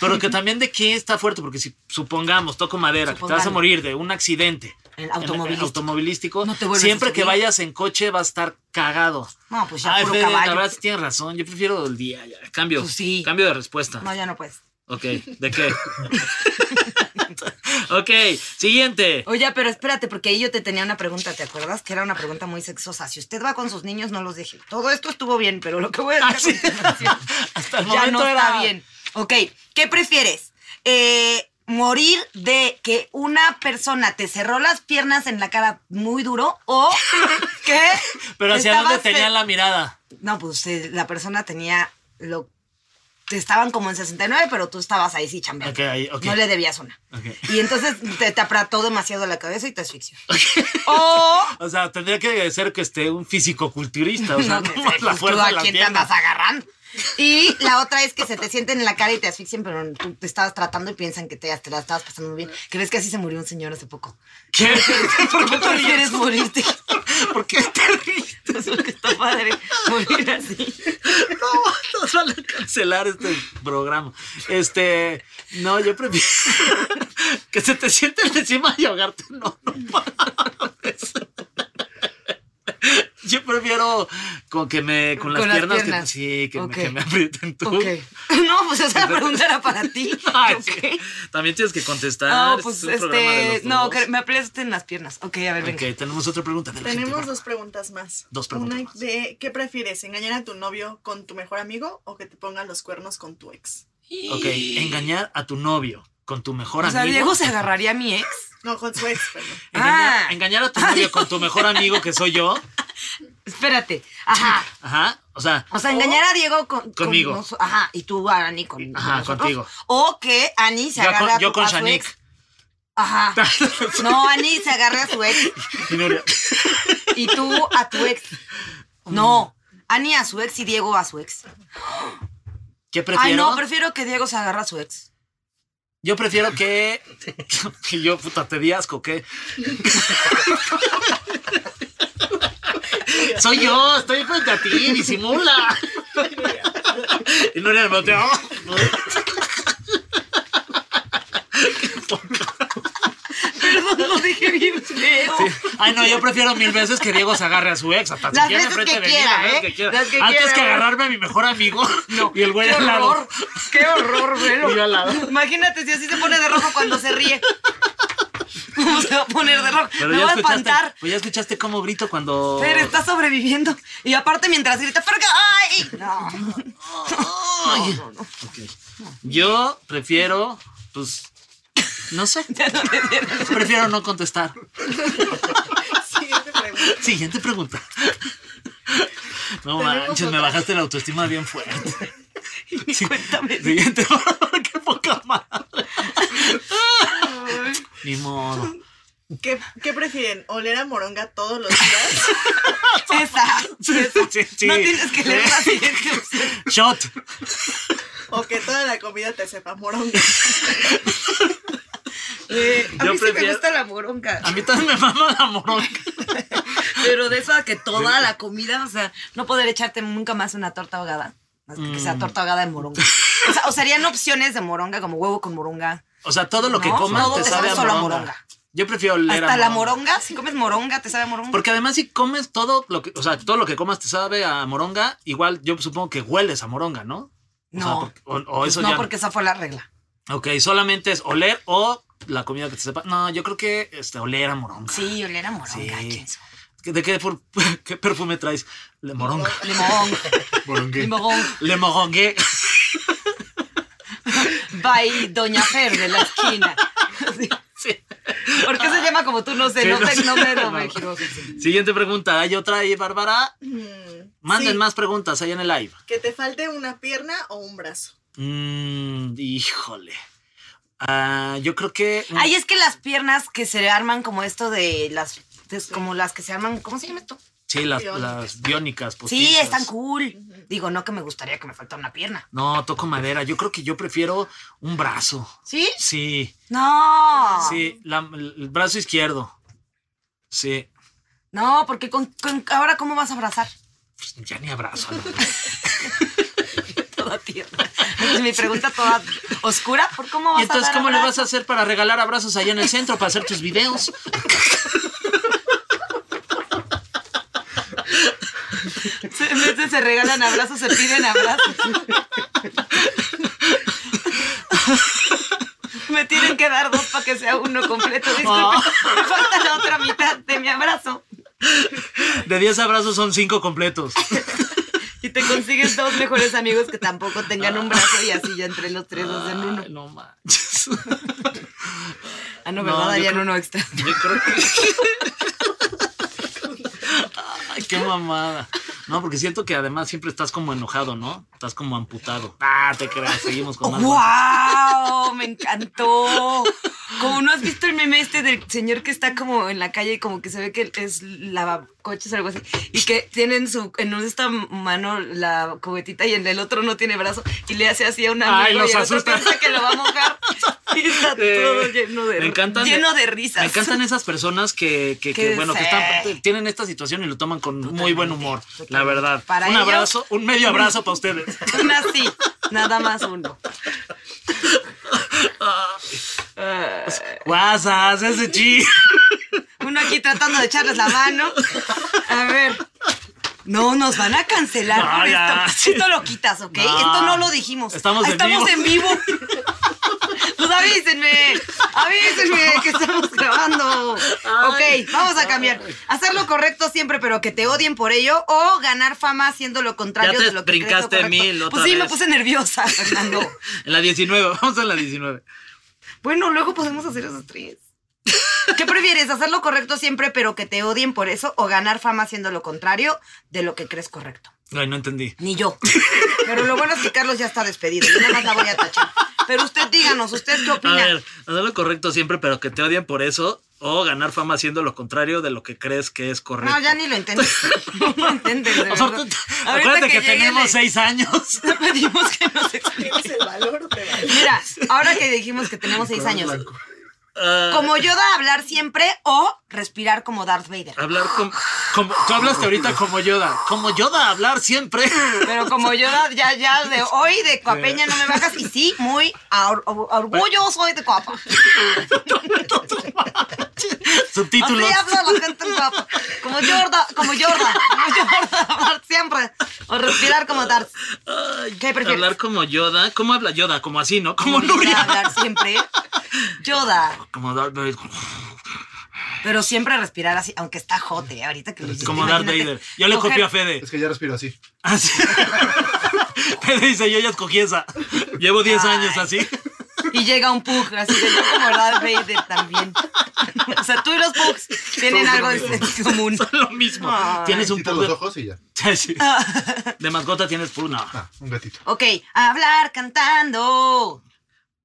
pero que también de qué está fuerte, porque si supongamos, toco madera, que te vas a Supongamos. morir de un accidente El en- automovilístico. automovilístico, No te vuelves a siempre que subir. vayas en coche vas a estar cagado. No, pues ya Ay, puro Fede, la caballo. verdad sí tienes razón, yo prefiero el día, ya. cambio, Pues sí. cambio de respuesta. No, ya no puedes. Ok, ¿de qué? ok, siguiente. Oye, pero espérate, porque ahí yo te tenía una pregunta, ¿te acuerdas? Que era una pregunta muy sexosa. Si usted va con sus niños, no los deje. Todo esto estuvo bien, pero lo que voy a decir Ah, sí. Hasta el ya momento no era- está bien. Ok, ¿qué prefieres? Eh, ¿Morir de que una persona te cerró las piernas en la cara muy duro o que... Pero hacia dónde estabas- tenía la mirada. No, pues eh, la persona tenía lo... Te estaban como en 69, pero tú estabas ahí sí chambeando. Ok, ahí, ok. No le debías una. Ok. Y entonces te, te apretó demasiado la cabeza y te asfixió. O O sea, tendría que ser que esté un fisicoculturista, o sea, No, no, que más se- la pues, fuerza ¿tú de a las quién te andas piernas. agarrando. Y la otra es que se te sienten en la cara y te asfixien, pero tú te estabas tratando y piensan que te, te la estabas pasando muy bien. Que ves que así se murió un señor hace poco. ¿Qué? ¿Por qué prefieres morirte? ¿Por qué te ríes? Es lo que está padre, morir así. No, nos van a cancelar este programa. Este, no, yo prefiero que se te sienten encima y ahogarte. No, no mames. Yo prefiero con que me, con las, piernas, que sí, que, Ok. me, que me aprieten tú. Ok. No, pues esa pregunta era para ti. Ay, ¿Yo sí. qué? También tienes Ah, que contestar. No, este pues es un programa de este. los No, dos. que me apriesten las piernas. Ok, a ver, venga. Ok, tenemos otra pregunta. de la gente, Tenemos por dos favor. preguntas más. Dos preguntas Una más. de ¿qué prefieres? ¿Engañar a tu novio con tu mejor amigo o que te pongan los cuernos con tu ex? Ok, engañar a tu novio con tu mejor O sea, amigo. Diego se agarraría a mi ex. No, con su ex, perdón. Engañar, Ah. engañar a tu novio con tu mejor amigo que soy yo. Espérate. Ajá. Ajá. O sea, O sea, engañar a Diego con, Conmigo. con nos- ajá, y tú a Ani con Ajá, nosotros. contigo. O que Ani se Yo agarre con- a, yo tu- con a su Shanique. ex. Ajá. No, Ani se agarre a su ex y Nuria. y tú a tu ex. No, Ani a su ex y Diego a su ex. ¿Qué prefiero? Ay, no, prefiero que Diego se agarre a su ex. Yo prefiero que. que yo, puta, te di asco, ¿qué? Soy yo, estoy frente a ti, disimula. y "Oh, no era el boteo. Perdón, lo dije bien feo. Ay, no, yo prefiero mil veces que Diego se agarre a su ex. Hasta si Las quiere veces enfrente que de mí, las quiera, veces ¿eh? que quiera. Las que Antes quiera, que güey. agarrarme a mi mejor amigo y el güey Qué al lado. horror, qué horror, pero. Y yo al lado. Imagínate si así se pone de rojo cuando se ríe. ¿Cómo se va a poner de rojo? Pero Me ya voy a escuchaste- espantar. Pues ya escuchaste cómo grito cuando. Fer está sobreviviendo. Y aparte, mientras grita, Fer, ¡ay! No. No, no, no. Yo prefiero, pues, no sé. prefiero no contestar. Siguiente pregunta. Siguiente pregunta. No manches, me otra. bajaste la autoestima bien fuerte. Sí, Cuéntame. Siguiente, qué poca madre. Ni modo. ¿Qué, qué prefieren? ¿Oler a moronga todos los días? Esa. Sí, sí. No tienes que leer la siguiente opción. Shot. ¿O que toda la comida te sepa moronga? Eh, a Yo mí sí me prefiero- gusta la moronga. A mí también me mama la moronga. Pero de esa que toda la comida, o sea, no poder echarte nunca más una torta ahogada. Más que, que Mm. sea torta ahogada de moronga. O sea, o serían opciones de moronga, como huevo con moronga. O sea, todo lo que No, comas todo te te sabe sabe a solo a moronga. moronga. Yo prefiero leer Hasta la moronga, si comes moronga, te sabe a moronga. Porque además si comes todo lo que, o sea, todo lo que comas te sabe a moronga, igual yo supongo que hueles a moronga, ¿no? O sea, No. porque- O, o Pues eso no, ya. Ah. porque esa fue la regla. Ok, solamente es oler o la comida que te sepa. No, yo creo que este, oler a moronga. Sí, oler a moronga. Sí. chinzo. ¿De qué, por- qué perfume traes? Le moronga. Limón. Morongue. Limón. Le morongue. By Doña Fer de la esquina. Sí. Sí. ¿Por qué se llama como tú? No sé, Sí, no, no sé, sé. no me, no me No. giro. Siguiente pregunta. ¿Hay otra ahí, Bárbara? Manden sí. más preguntas ahí en el live. ¿Que te falte una pierna o un brazo? Mm, híjole. Ah, yo creo que... Ay, es que las piernas que se arman como esto de las, de- como las que se arman, ¿cómo se llama esto? Sí, las, Biónicas. las biónicas. pues. Sí, postizas. están cool. Digo, no que me gustaría que me faltara una pierna. No, toco madera. Yo creo que yo prefiero un brazo. ¿Sí? Sí, No. sí, la- el brazo izquierdo. Sí, No, porque con, con- ahora cómo vas a abrazar pues ya ni abrazo. ¿no? toda pierna. Es mi pregunta toda oscura, ¿por cómo vas Y entonces, a dar ¿cómo le vas abrazo? a hacer para regalar abrazos allá en el centro para hacer tus videos? Se- En vez de se regalan abrazos, se piden abrazos. Me tienen que dar dos para que sea uno completo. Disculpe, Ah. me falta la otra mitad de mi abrazo. De 10 abrazos son 5 completos. Y te consigues dos mejores amigos que tampoco tengan un brazo y así ya entre los tres hacen uno. Ay, no manches. Ah, no, no, ¿verdad? yo Harían creo- uno extra. Yo creo que. Ay, qué mamada. No, porque siento que además siempre estás como enojado, ¿no? Estás como amputado. Ah, te creas, seguimos con más. ¡Wow! Me encantó. Como no has visto el meme este del señor que está como en la calle y como que se ve que es lavacoches o algo así. Y que tiene en su, en esta mano la cubetita y en el otro no tiene brazo. Y le hace así a un amigo Ay, los y el otro asusta. piensa que lo va a mojar. Y está todo Eh, lleno de me encantan- lleno de risas. Me encantan esas personas que, que, que, Que bueno, que se- están, eh, tienen esta situación y lo toman con muy buen humor, la totalmente. verdad. Para un ellos- abrazo, un medio abrazo para ustedes. Una sí, nada más uno. Guasas, ese chi. Uno aquí tratando de echarles la mano. A ver. No, nos van a cancelar No, por ya. esto. Esto lo quitas, ¿ok? No. Esto no lo dijimos. Estamos Ah, en vivo. Pues avísenme. Avísenme que estamos grabando. Ay. ok, vamos a cambiar. Hacer lo correcto siempre, pero que te odien por ello. O ganar fama haciendo lo contrario Ya te de lo que crees lo brincaste correcto. mil otra Pues sí, me vez. puse nerviosa, Fernando. En la 19, vamos a la 19. bueno, luego podemos hacer esos tres. ¿Qué prefieres? ¿Hacer lo correcto siempre pero que te odien por eso o ganar fama haciendo lo contrario de lo que crees correcto? Ay, no entendí. Ni yo. Pero lo bueno es que Carlos ya está despedido. Yo nada más la voy a tachar. Pero usted díganos, ¿usted qué A opina? ver, hacer lo correcto siempre, pero que te odien por eso, o ganar fama haciendo lo contrario de lo que crees que es correcto. No, ya ni lo entiendes. No lo entiendes. de O sea, verdad. tú- Ahorita acuérdate que, llegue tenemos el- seis años. Pedimos que nos ¿Tienes el valor o te vale? Mira, ahora que dijimos que tenemos seis años. Ah. Como Yoda, hablar siempre o respirar como Darth Vader. Hablar como, como- Tú hablaste ahorita como Yoda. Como Yoda, hablar siempre. Pero como Yoda, ya, ya de hoy de Coapeña no me bajas. Y sí, muy or- or- orgullo soy de Coapa. Así Subtítulos. habla la gente en Coapa. Como Yoda, como Yoda, como Yoda, hablar siempre o respirar como Darth. ¿Qué prefieres? Hablar como Yoda. ¿Cómo habla Yoda? Como así, ¿no? Como Yoda, Nuria. hablar siempre. Yoda, Como Darth Vader. pero siempre respirar así, aunque está jote ¿eh? ahorita que lo hiciste, Como Darth imagínate, Vader. Yo le coger- copio a Fede. Es que ya respiro así. Así. Fede dice, yo ya escogí esa. Llevo 10 años así. Y llega un pug, así que yo como Darth Vader también. o sea, tú y los pugs tienen algo de en común. Ah. Son lo mismo. Tienes un Quita pug. los de- ojos y ya. Sí. De mascota tienes pug. No. Ah, un gatito. Ok, hablar cantando.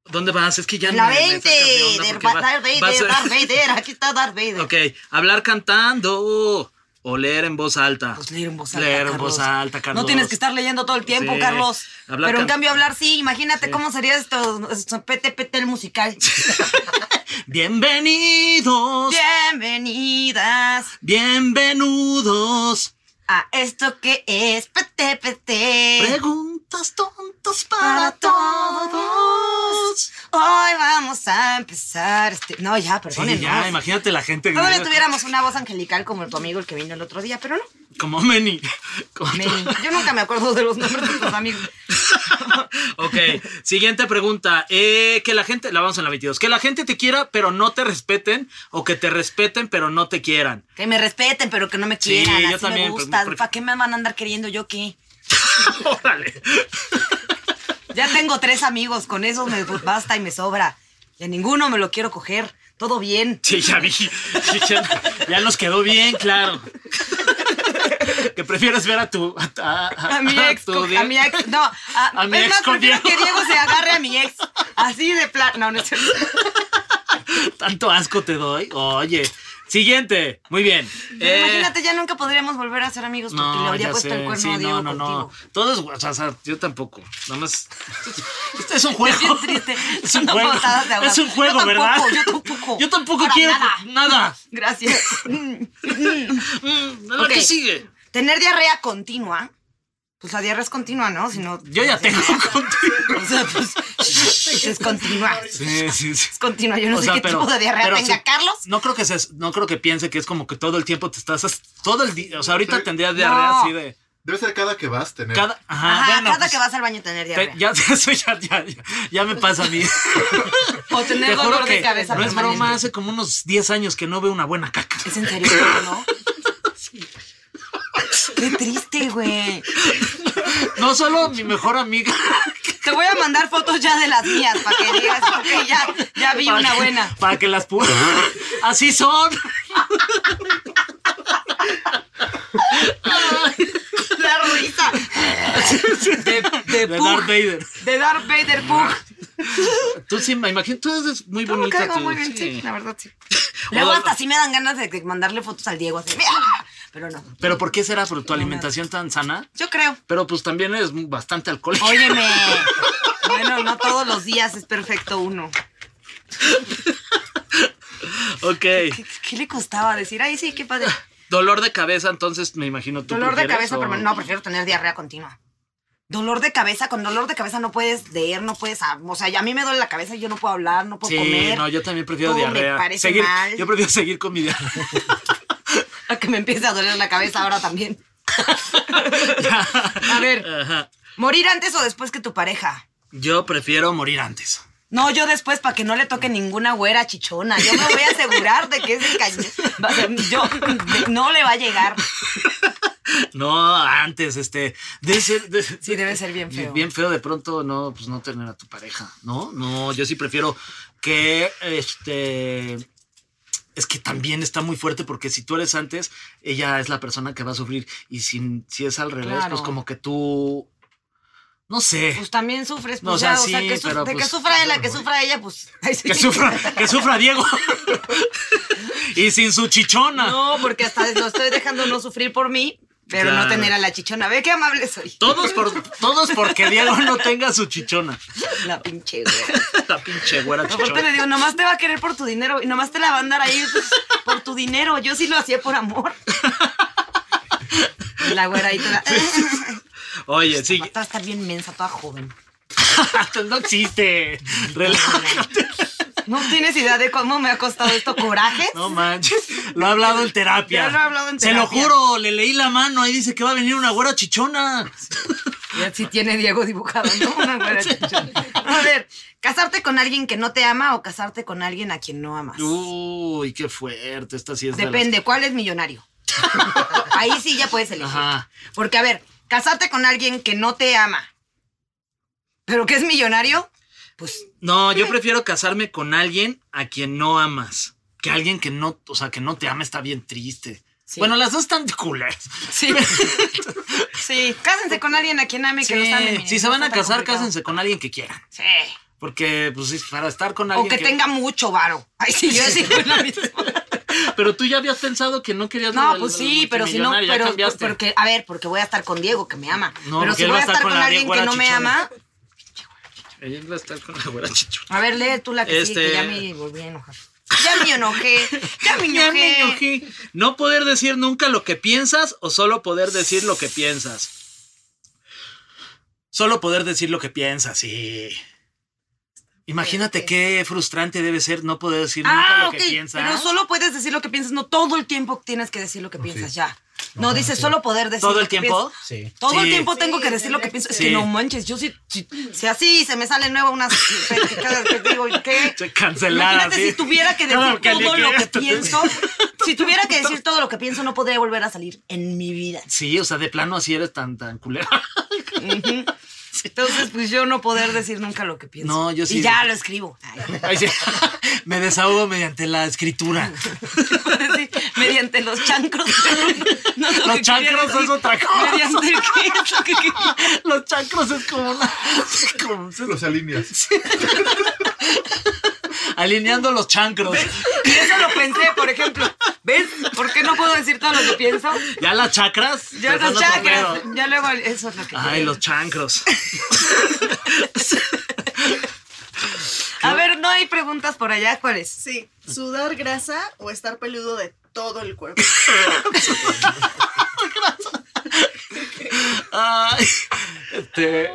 ¿Dónde vas? Es que ya La me- me 20 sacas de onda de porque va- Darth vas Vader, a- Darth Vader, aquí está Darth Vader. Ok, hablar cantando o leer en voz alta. Pues leer en voz alta. Leer en Carlos. voz alta, Carlos. No tienes que estar leyendo todo el tiempo, Sí. Carlos. Hablar Pero en can- cambio, hablar sí. Imagínate cómo sería esto, esto pete, pete el musical. Bienvenidos, Bienvenidas bienvenidos. a esto que es pete, pete. Preguntas tontas para para todos. todos. Hoy vamos a empezar este. No, ya, perdónennos. Sí, ya, imagínate la gente. Todavía tuviéramos una voz angelical como tu amigo el que vino el otro día, pero no. Como Meni. Como Me- yo nunca me acuerdo de los nombres de tus amigos. ok, siguiente pregunta. Eh, que la gente, la vamos en la 22, que la gente te quiera pero no te respeten o que te respeten pero no te quieran. Que me respeten, pero que no me Sí, quieran. yo así también, me pues, gustan. porque- ¿Para qué me van a andar queriendo yo qué? Órale. Ya tengo tres amigos, con esos me pues, basta y me sobra. Y a ninguno me lo quiero coger. Todo bien. Sí, ya vi. Sí, ya, ya nos quedó bien claro. que prefieres ver a tu... A, a- A mi a ex, tu co- a die- mi ex, no, a, A mi es ex más, con prefiero Diego. que Diego se agarre a mi ex, así de plan, no, no es cierto. Tanto asco te doy. Oye. Siguiente. Muy bien. Pero Eh, imagínate, ya nunca podríamos volver a ser amigos porque le habría ya puesto el sé. cuerno Sí, a Diego contigo. Todo es guas- o sea, yo tampoco. Nada más. Este es un juego. bien triste. Es un No, juego. patadas de abrazo. Es un juego, Yo tampoco, ¿verdad? yo tampoco. Yo tampoco Para quiero nada. nada. Gracias. Mm. Mm, ¿la Ok. que sigue? Tener diarrea continua. Pues la diarrea es continua, ¿no? Si no, Yo ya tengo contigo. o sea, pues, es continua. Sí, sí, sí. Es continua. Yo no sé qué tipo de diarrea pero tenga sí, Carlos. No creo que se, no creo que piense que es como que todo el tiempo te estás todo el día, o sea, ahorita tendría diarrea No. así de Debe ser cada que vas tener. cada, ajá, Ajá, bueno, cada pues, que vas al baño tener te- diarrea. ya, eso ya, ya, ya, ya me pasa a mí. o tener Te juro dolor de que cabeza. no es permanente. broma, hace como unos 10 años que no veo una buena caca. Es en serio, ¿no? Qué triste, güey. No solo mi mejor amiga. Te voy a mandar fotos ya de las mías para que digas, ok, ya, ya vi para una que- buena. Para que las pu- Así son. La risa. De, De de, Pug. Darth Vader. De Darth Vader Pug. Tú sí, me imagino, tú eres muy Yo me bonita. caigo tú, muy bien, sí. sí, la verdad, sí. Luego hasta sí me dan ganas de, de mandarle fotos al Diego así. ¡ah! Pero no, Pero ¿por qué será por tu alimentación tan sana? yo creo. Pero pues también es bastante alcohólica. Óyeme. Bueno, no todos los días es perfecto uno. Ok. ¿Qué, qué le costaba decir? Ay, sí, qué padre. Dolor de cabeza, entonces me imagino tú. Dolor de prefieres, cabeza o- permanente. No, prefiero tener diarrea continua. Dolor de cabeza, con dolor de cabeza no puedes leer, no puedes. hab- O sea, ya a mí me duele la cabeza y yo no puedo hablar, no puedo Sí, comer. no, yo también prefiero Todo diarrea. Me parece Seguir- mal. Yo prefiero seguir con mi diarrea. A que me empiece a doler la cabeza ahora también. a ver, Ajá. morir antes o después que tu pareja. Yo prefiero morir antes. No, yo después para que no le toque ninguna güera chichona. Yo me voy a asegurar de que ese cañón. va a ser- Yo de- no le va a llegar. No, antes, este. debe ser- de- Sí, debe ser bien feo. Bien feo de pronto no, pues no tener a tu pareja, ¿no? No, yo sí prefiero que este. es que también está muy fuerte porque si tú eres antes, ella es la persona que va a sufrir. Y si, si es al revés, Claro. pues como que tú. No sé. Pues también sufres, pues No, o sea, ya, o sea, sí, que, su- pero, de que pues, sufra él, a que sufra ella, pues. ay, sí. que sufra, que sufra Diego. y sin su chichona. No, porque hasta lo estoy dejando no sufrir por mí, pero Claro. no tener a la chichona. Ve qué amable soy. Todos, por, todos porque Diego no tenga su chichona. La pinche güera. La pinche güera Aparte chichona. le digo, nomás te va a querer por tu dinero y nomás te la va a andar ahí pues, por tu dinero. Yo sí lo hacía por amor. Y la "Eh, güera ahí toda. Oye, sí. Toda está bien mensa, toda joven. no existe. Relájate. No tienes idea de cómo me ha costado esto coraje. No manches. Lo ha hablado en terapia. Ya lo he hablado en Se lo terapia. juro, le leí la mano. Ahí dice que va a venir una güera chichona. Ya sí tiene Diego dibujado, ¿no? Una güera chichona. A ver, casarte con alguien que no te ama o casarte con alguien a quien no amas. Uy, qué fuerte. Esta sí es de las- Depende, ¿cuál es millonario? Ahí sí ya puedes elegir. Ajá. Porque, a ver, casarte con alguien que no te ama, pero que es millonario, pues No, yo prefiero casarme con alguien a quien no amas. Que alguien que no, o sea, que no te ama está bien triste. Sí. Bueno, las dos están de culeras. sí. sí, cásense con alguien a quien ame que los ame. miren, si se no van a está tan casar, complicado. cásense con alguien que quieran. Sí. Porque, pues, es para estar con O alguien. que, tenga mucho varo. Ay, sí, yo sí fui la pues misma. Pero tú ya habías pensado que no querías lo No, del- pues lo del sí, pero si no, multimillonario, ya pero pues, cambiaste. porque, a ver, porque voy a estar con Diego, que me ama. No, pero porque si él voy a estar con la alguien que güera no me chichona. ama, Ella va a estar con la güera chichona. a ver, lee tú la que sí, que Este- ya me volví a enojar. Ya me enojé, ya me enojé. Ya me enojé. No poder decir nunca lo que piensas o solo poder decir lo que piensas. Solo poder decir lo que piensas, sí. Imagínate qué frustrante debe ser no poder decir nunca Ah, lo ok. que piensas. Pero solo puedes decir lo que piensas, no todo el tiempo tienes que decir lo que piensas ya. No, dices solo poder decir. ¿Todo lo el que tiempo? piensas. Sí. Todo el Sí. tiempo tengo Sí, que decir lo que tendría pienso. que Es ser. que no manches, yo sí, sí- si así se me salen nuevas unas prácticas que digo, ¿qué? Se cancelaron, Imagínate sí. si tuviera que Cada decir que le todo lo quieras. que pienso. Si tuviera que decir todo lo que pienso, no podría volver a salir en mi vida. Sí, o sea, de plano así eres tan, tan culera. Entonces, pues yo no poder decir nunca lo que pienso. No, yo sí. Y ya lo escribo. Ay. Ay, sí. Me desahogo mediante la escritura. Sí, mediante los chancros. pero no- no es lo Los que quería chancros decir. es otra cosa. Mediante el qué es lo que quería- Los chakras es como una. como- Los alineas. alineando los chancros. Y eso lo pensé, por ejemplo. ¿Ves? ¿Por qué no puedo decir todo lo que pienso? ¿Ya las chakras? Ya Perdón, los otro chancros. pedo. Ya luego eso es lo que Ay, quería. los chancros. A ver, no hay preguntas por allá, ¿cuáles? Sí, sudar grasa o estar peludo de todo el cuerpo. Ay, este.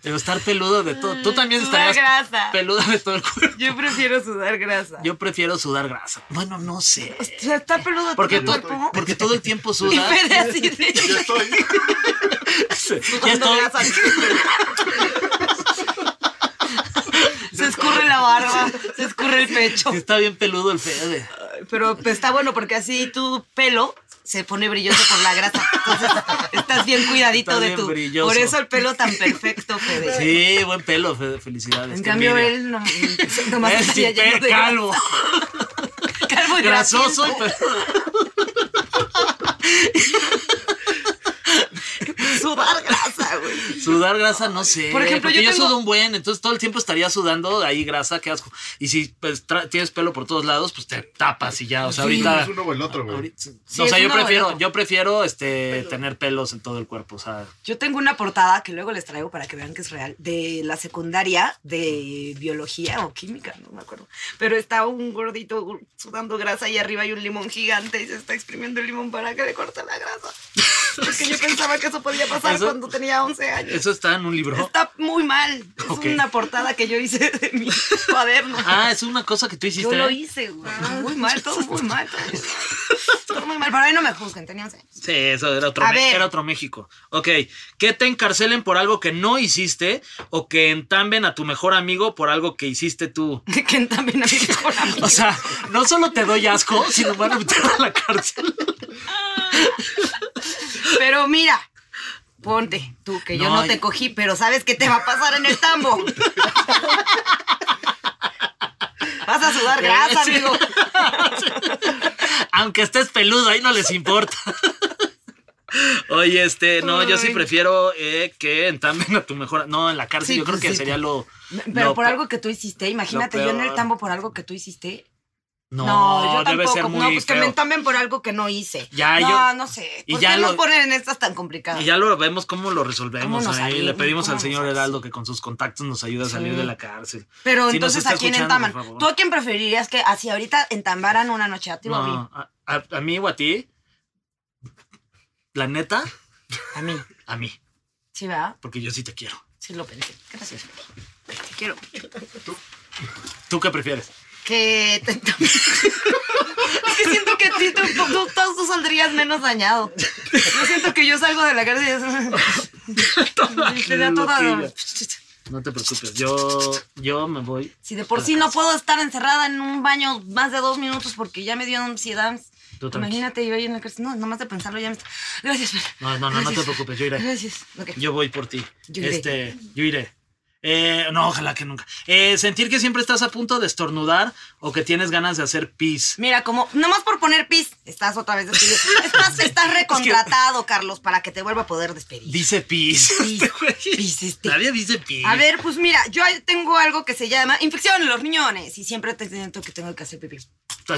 Debo estar peludo de todo. Tú también Sudar estarías grasa. peluda de todo el cuerpo. Yo prefiero sudar grasa. Yo prefiero sudar grasa. Bueno, no sé. O sea, está peludo Porque, todo todo, el cuerpo. porque todo el tiempo Y sudas. Fede así de- Yo estoy. Ya sudando estoy. grasa. Se escurre la barba, se escurre el pecho. Está bien peludo el Fede. Pero pues, está bueno porque así tu pelo se pone brilloso por la grasa. Entonces estás bien cuidadito Estás de bien tu. brilloso. Por eso el pelo tan perfecto, Fede. Sí, buen pelo, Fede. Felicidades. en qué cambio, envidia. él no, nomás Es estaría hiper lleno de calvo. calvo y Grasoso y grasiento. Sudar grasa, güey. Sudar grasa, no sé. Por ejemplo, porque yo yo, tengo- sudo un buen, entonces todo el tiempo estaría sudando ahí grasa, qué asco. Y si pues, tra- tienes pelo por todos lados, pues te tapas y ya. O sea, ahorita. Es uno o el otro, güey. ahorita- o sea, es yo uno o el prefiero, otro. yo prefiero este tener pelos en todo el cuerpo. O sea, Yo tengo una portada que luego les traigo para que vean que es real, de la secundaria de biología o química, no me acuerdo. Pero está un gordito sudando grasa y arriba hay un limón gigante y se está exprimiendo el limón para que le corte la grasa. Porque yo pensaba que eso podía pasar Eso- cuando tenía 11 años. eso está en un libro. Está muy mal. Es Ok. una portada que yo hice de mi cuaderno. Ah, es una cosa que tú hiciste. ¿eh? Ah. yo lo hice, güey. Muy mal, todo muy mal. Todo muy mal. Todo muy mal. Pero ahí no me juzguen, tenía 11 años. Sí, eso era otro, A Me- ver. era otro México. Ok, que te encarcelen por algo que no hiciste o que entamben a tu mejor amigo por algo que hiciste tú. Que también a mi mejor amigo. O sea, no solo te doy asco, sino van a meter a la cárcel. Pero mira, ponte tú, que yo No, no te yo- cogí, pero ¿sabes qué te va a pasar en el tambo? Vas a sudar grasa, amigo. Aunque estés peludo, ahí no les importa. Oye, este, no, yo sí Ay. prefiero eh, que entamen a tu mejor. No, en la cárcel, Sí, yo creo pues que sí. sería lo. Pero lo por pe- algo que tú hiciste, imagínate, yo en el peor. tambo por algo que tú hiciste. No, No, yo debe tampoco. ser muy. no, pues que feo. me entamen por algo que no hice. Ya, no, yo- no sé. y ¿Por ya qué nos lo- ponen en estas tan complicadas? Y ya lo vemos cómo lo ¿Cómo resolvemos nos ahí. Le salimos? pedimos ¿Cómo al nos señor salimos? Heraldo que con sus contactos nos ayude a salir Sí. de la cárcel. Si Pero nos entonces, está ¿a quién escuchando, entaman? por favor. ¿Tú a quién preferirías que así ahorita entambaran una noche a ti o a mí? No, a, a- a mí o a ti. La neta, A mí. a mí. Sí, ¿verdad? Porque yo sí te quiero. Sí lo pensé. Gracias. Te quiero. ¿Tú qué prefieres? Que te entamen. es que siento que a ti tú, tú, tú- tú saldrías menos dañado. Yo siento que yo salgo de la cárcel y es... Sería toda... loquilla. No te preocupes, yo, yo me voy. Si de por sí no puedo estar encerrada en un baño más de dos minutos porque ya me dio ansiedad. Tú tranqui. Imagínate yo ahí en la cárcel. No, nomás de pensarlo ya me está. Gracias, Fer. No, no, no, no te Gracias. preocupes, yo iré. Gracias. Ok. Yo voy por ti. Yo iré. Este, yo iré. Eh, no, ojalá que nunca. Eh, sentir que siempre estás a punto de estornudar o que tienes ganas de hacer pis. Mira, como, nomás por poner pis, estás otra vez despedido. Estás, estás recontratado, Carlos, para que te vuelva a poder despedir. Dice pis. Pis, Este güey. pis, este. Nadie dice pis. A ver, pues mira, yo ahí tengo algo que se llama infección en los riñones y siempre te siento que tengo que hacer pipí.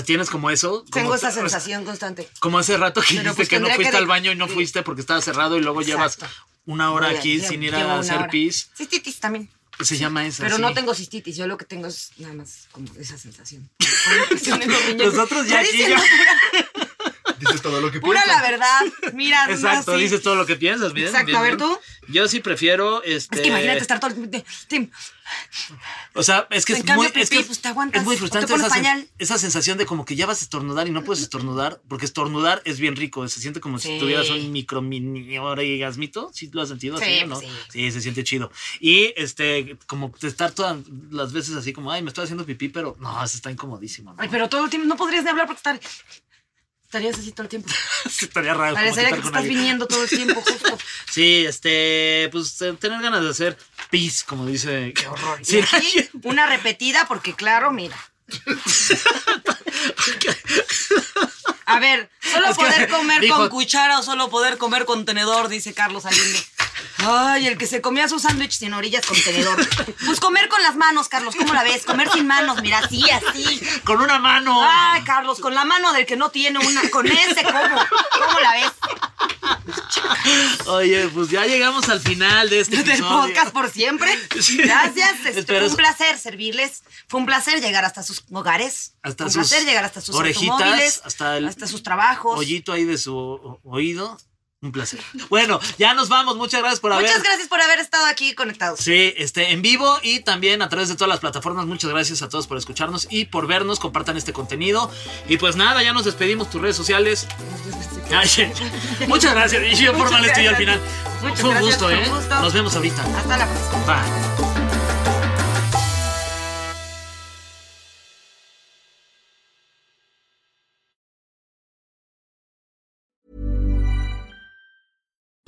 ¿Tienes como eso? Como- Tengo esa sensación constante. Como hace rato que Pero dijiste pues que no tendría que fuiste de- al baño y no fuiste porque estaba cerrado y luego llevas Exacto. una hora Voy aquí lle- sin ir llevo a una hacer hora. pis. Cistitis también. Se llama esa. Pero no sí. tengo cistitis, yo lo que tengo es nada más como esa sensación. Como infección en los riñones. Nosotros ya aquí diciendo ya- Dices todo lo que Pura, piensas. pura la verdad. Mira, no, Exacto, sí. dices todo lo que piensas, bien. Exacto, bien, a ver, bien. ¿tú? Yo sí prefiero este. Es que imagínate estar todo el Tim, O sea, es que En es cambio, muy, pipí, es que pues, te aguantas, es muy o te frustrante pones esa, sen- pañal. esa sensación de como que ya vas a estornudar y no puedes estornudar, porque estornudar es bien rico, se siente como si Sí. tuvieras un micro mini orgasmito, ¿sí lo has sentido Sí, así o no? pues, sí. Sí, se siente chido. Y este como de estar todas las veces así como, ay, me estoy haciendo pipí, pero no, eso está incomodísimo. ¿no? Ay, pero todo el tiempo no podrías ni hablar porque estar- estarías así todo el tiempo. Sí, Estaría raro. como Parecería quitar que te con estás alguien. viniendo todo el tiempo, justo. Sí, este, pues eh, tener ganas de hacer pis, como dice. Qué horror. Y aquí, una repetida, porque claro, mira. A ver, solo Es que poder comer dijo- con cuchara o solo poder comer con tenedor, dice Carlos Allende. Ay, el que se comía su sándwich sin orillas con tenedor. Pues comer con las manos, Carlos, ¿cómo la ves? Comer sin manos, mira, así, así. con una mano. Ay, Carlos, con la mano del que no tiene una, con ese, ¿cómo? ¿Cómo la ves? Oye, pues ya llegamos al final de este del episodio. podcast por siempre. Sí. Gracias. este, Espero fue su- un placer servirles. Fue un placer llegar hasta sus hogares. Hasta Fue un sus placer llegar hasta sus orejitas, automóviles, hasta el- hasta sus trabajos. Hoyito ahí de su o- oído. Un placer. Bueno, ya nos vamos. Muchas gracias por haber. Muchas gracias por haber estado aquí conectados. Sí, este, en vivo y también a través de todas las plataformas. Muchas gracias a todos por escucharnos y por vernos. Compartan este contenido. Y pues nada, ya nos despedimos. Tus redes sociales. Ay, muchas gracias. Y yo por Muchas mal estoy al final. gracias. Muchas Fue un gracias, gusto, fue ¿eh? un gusto. Nos vemos ahorita. Hasta la próxima. Bye.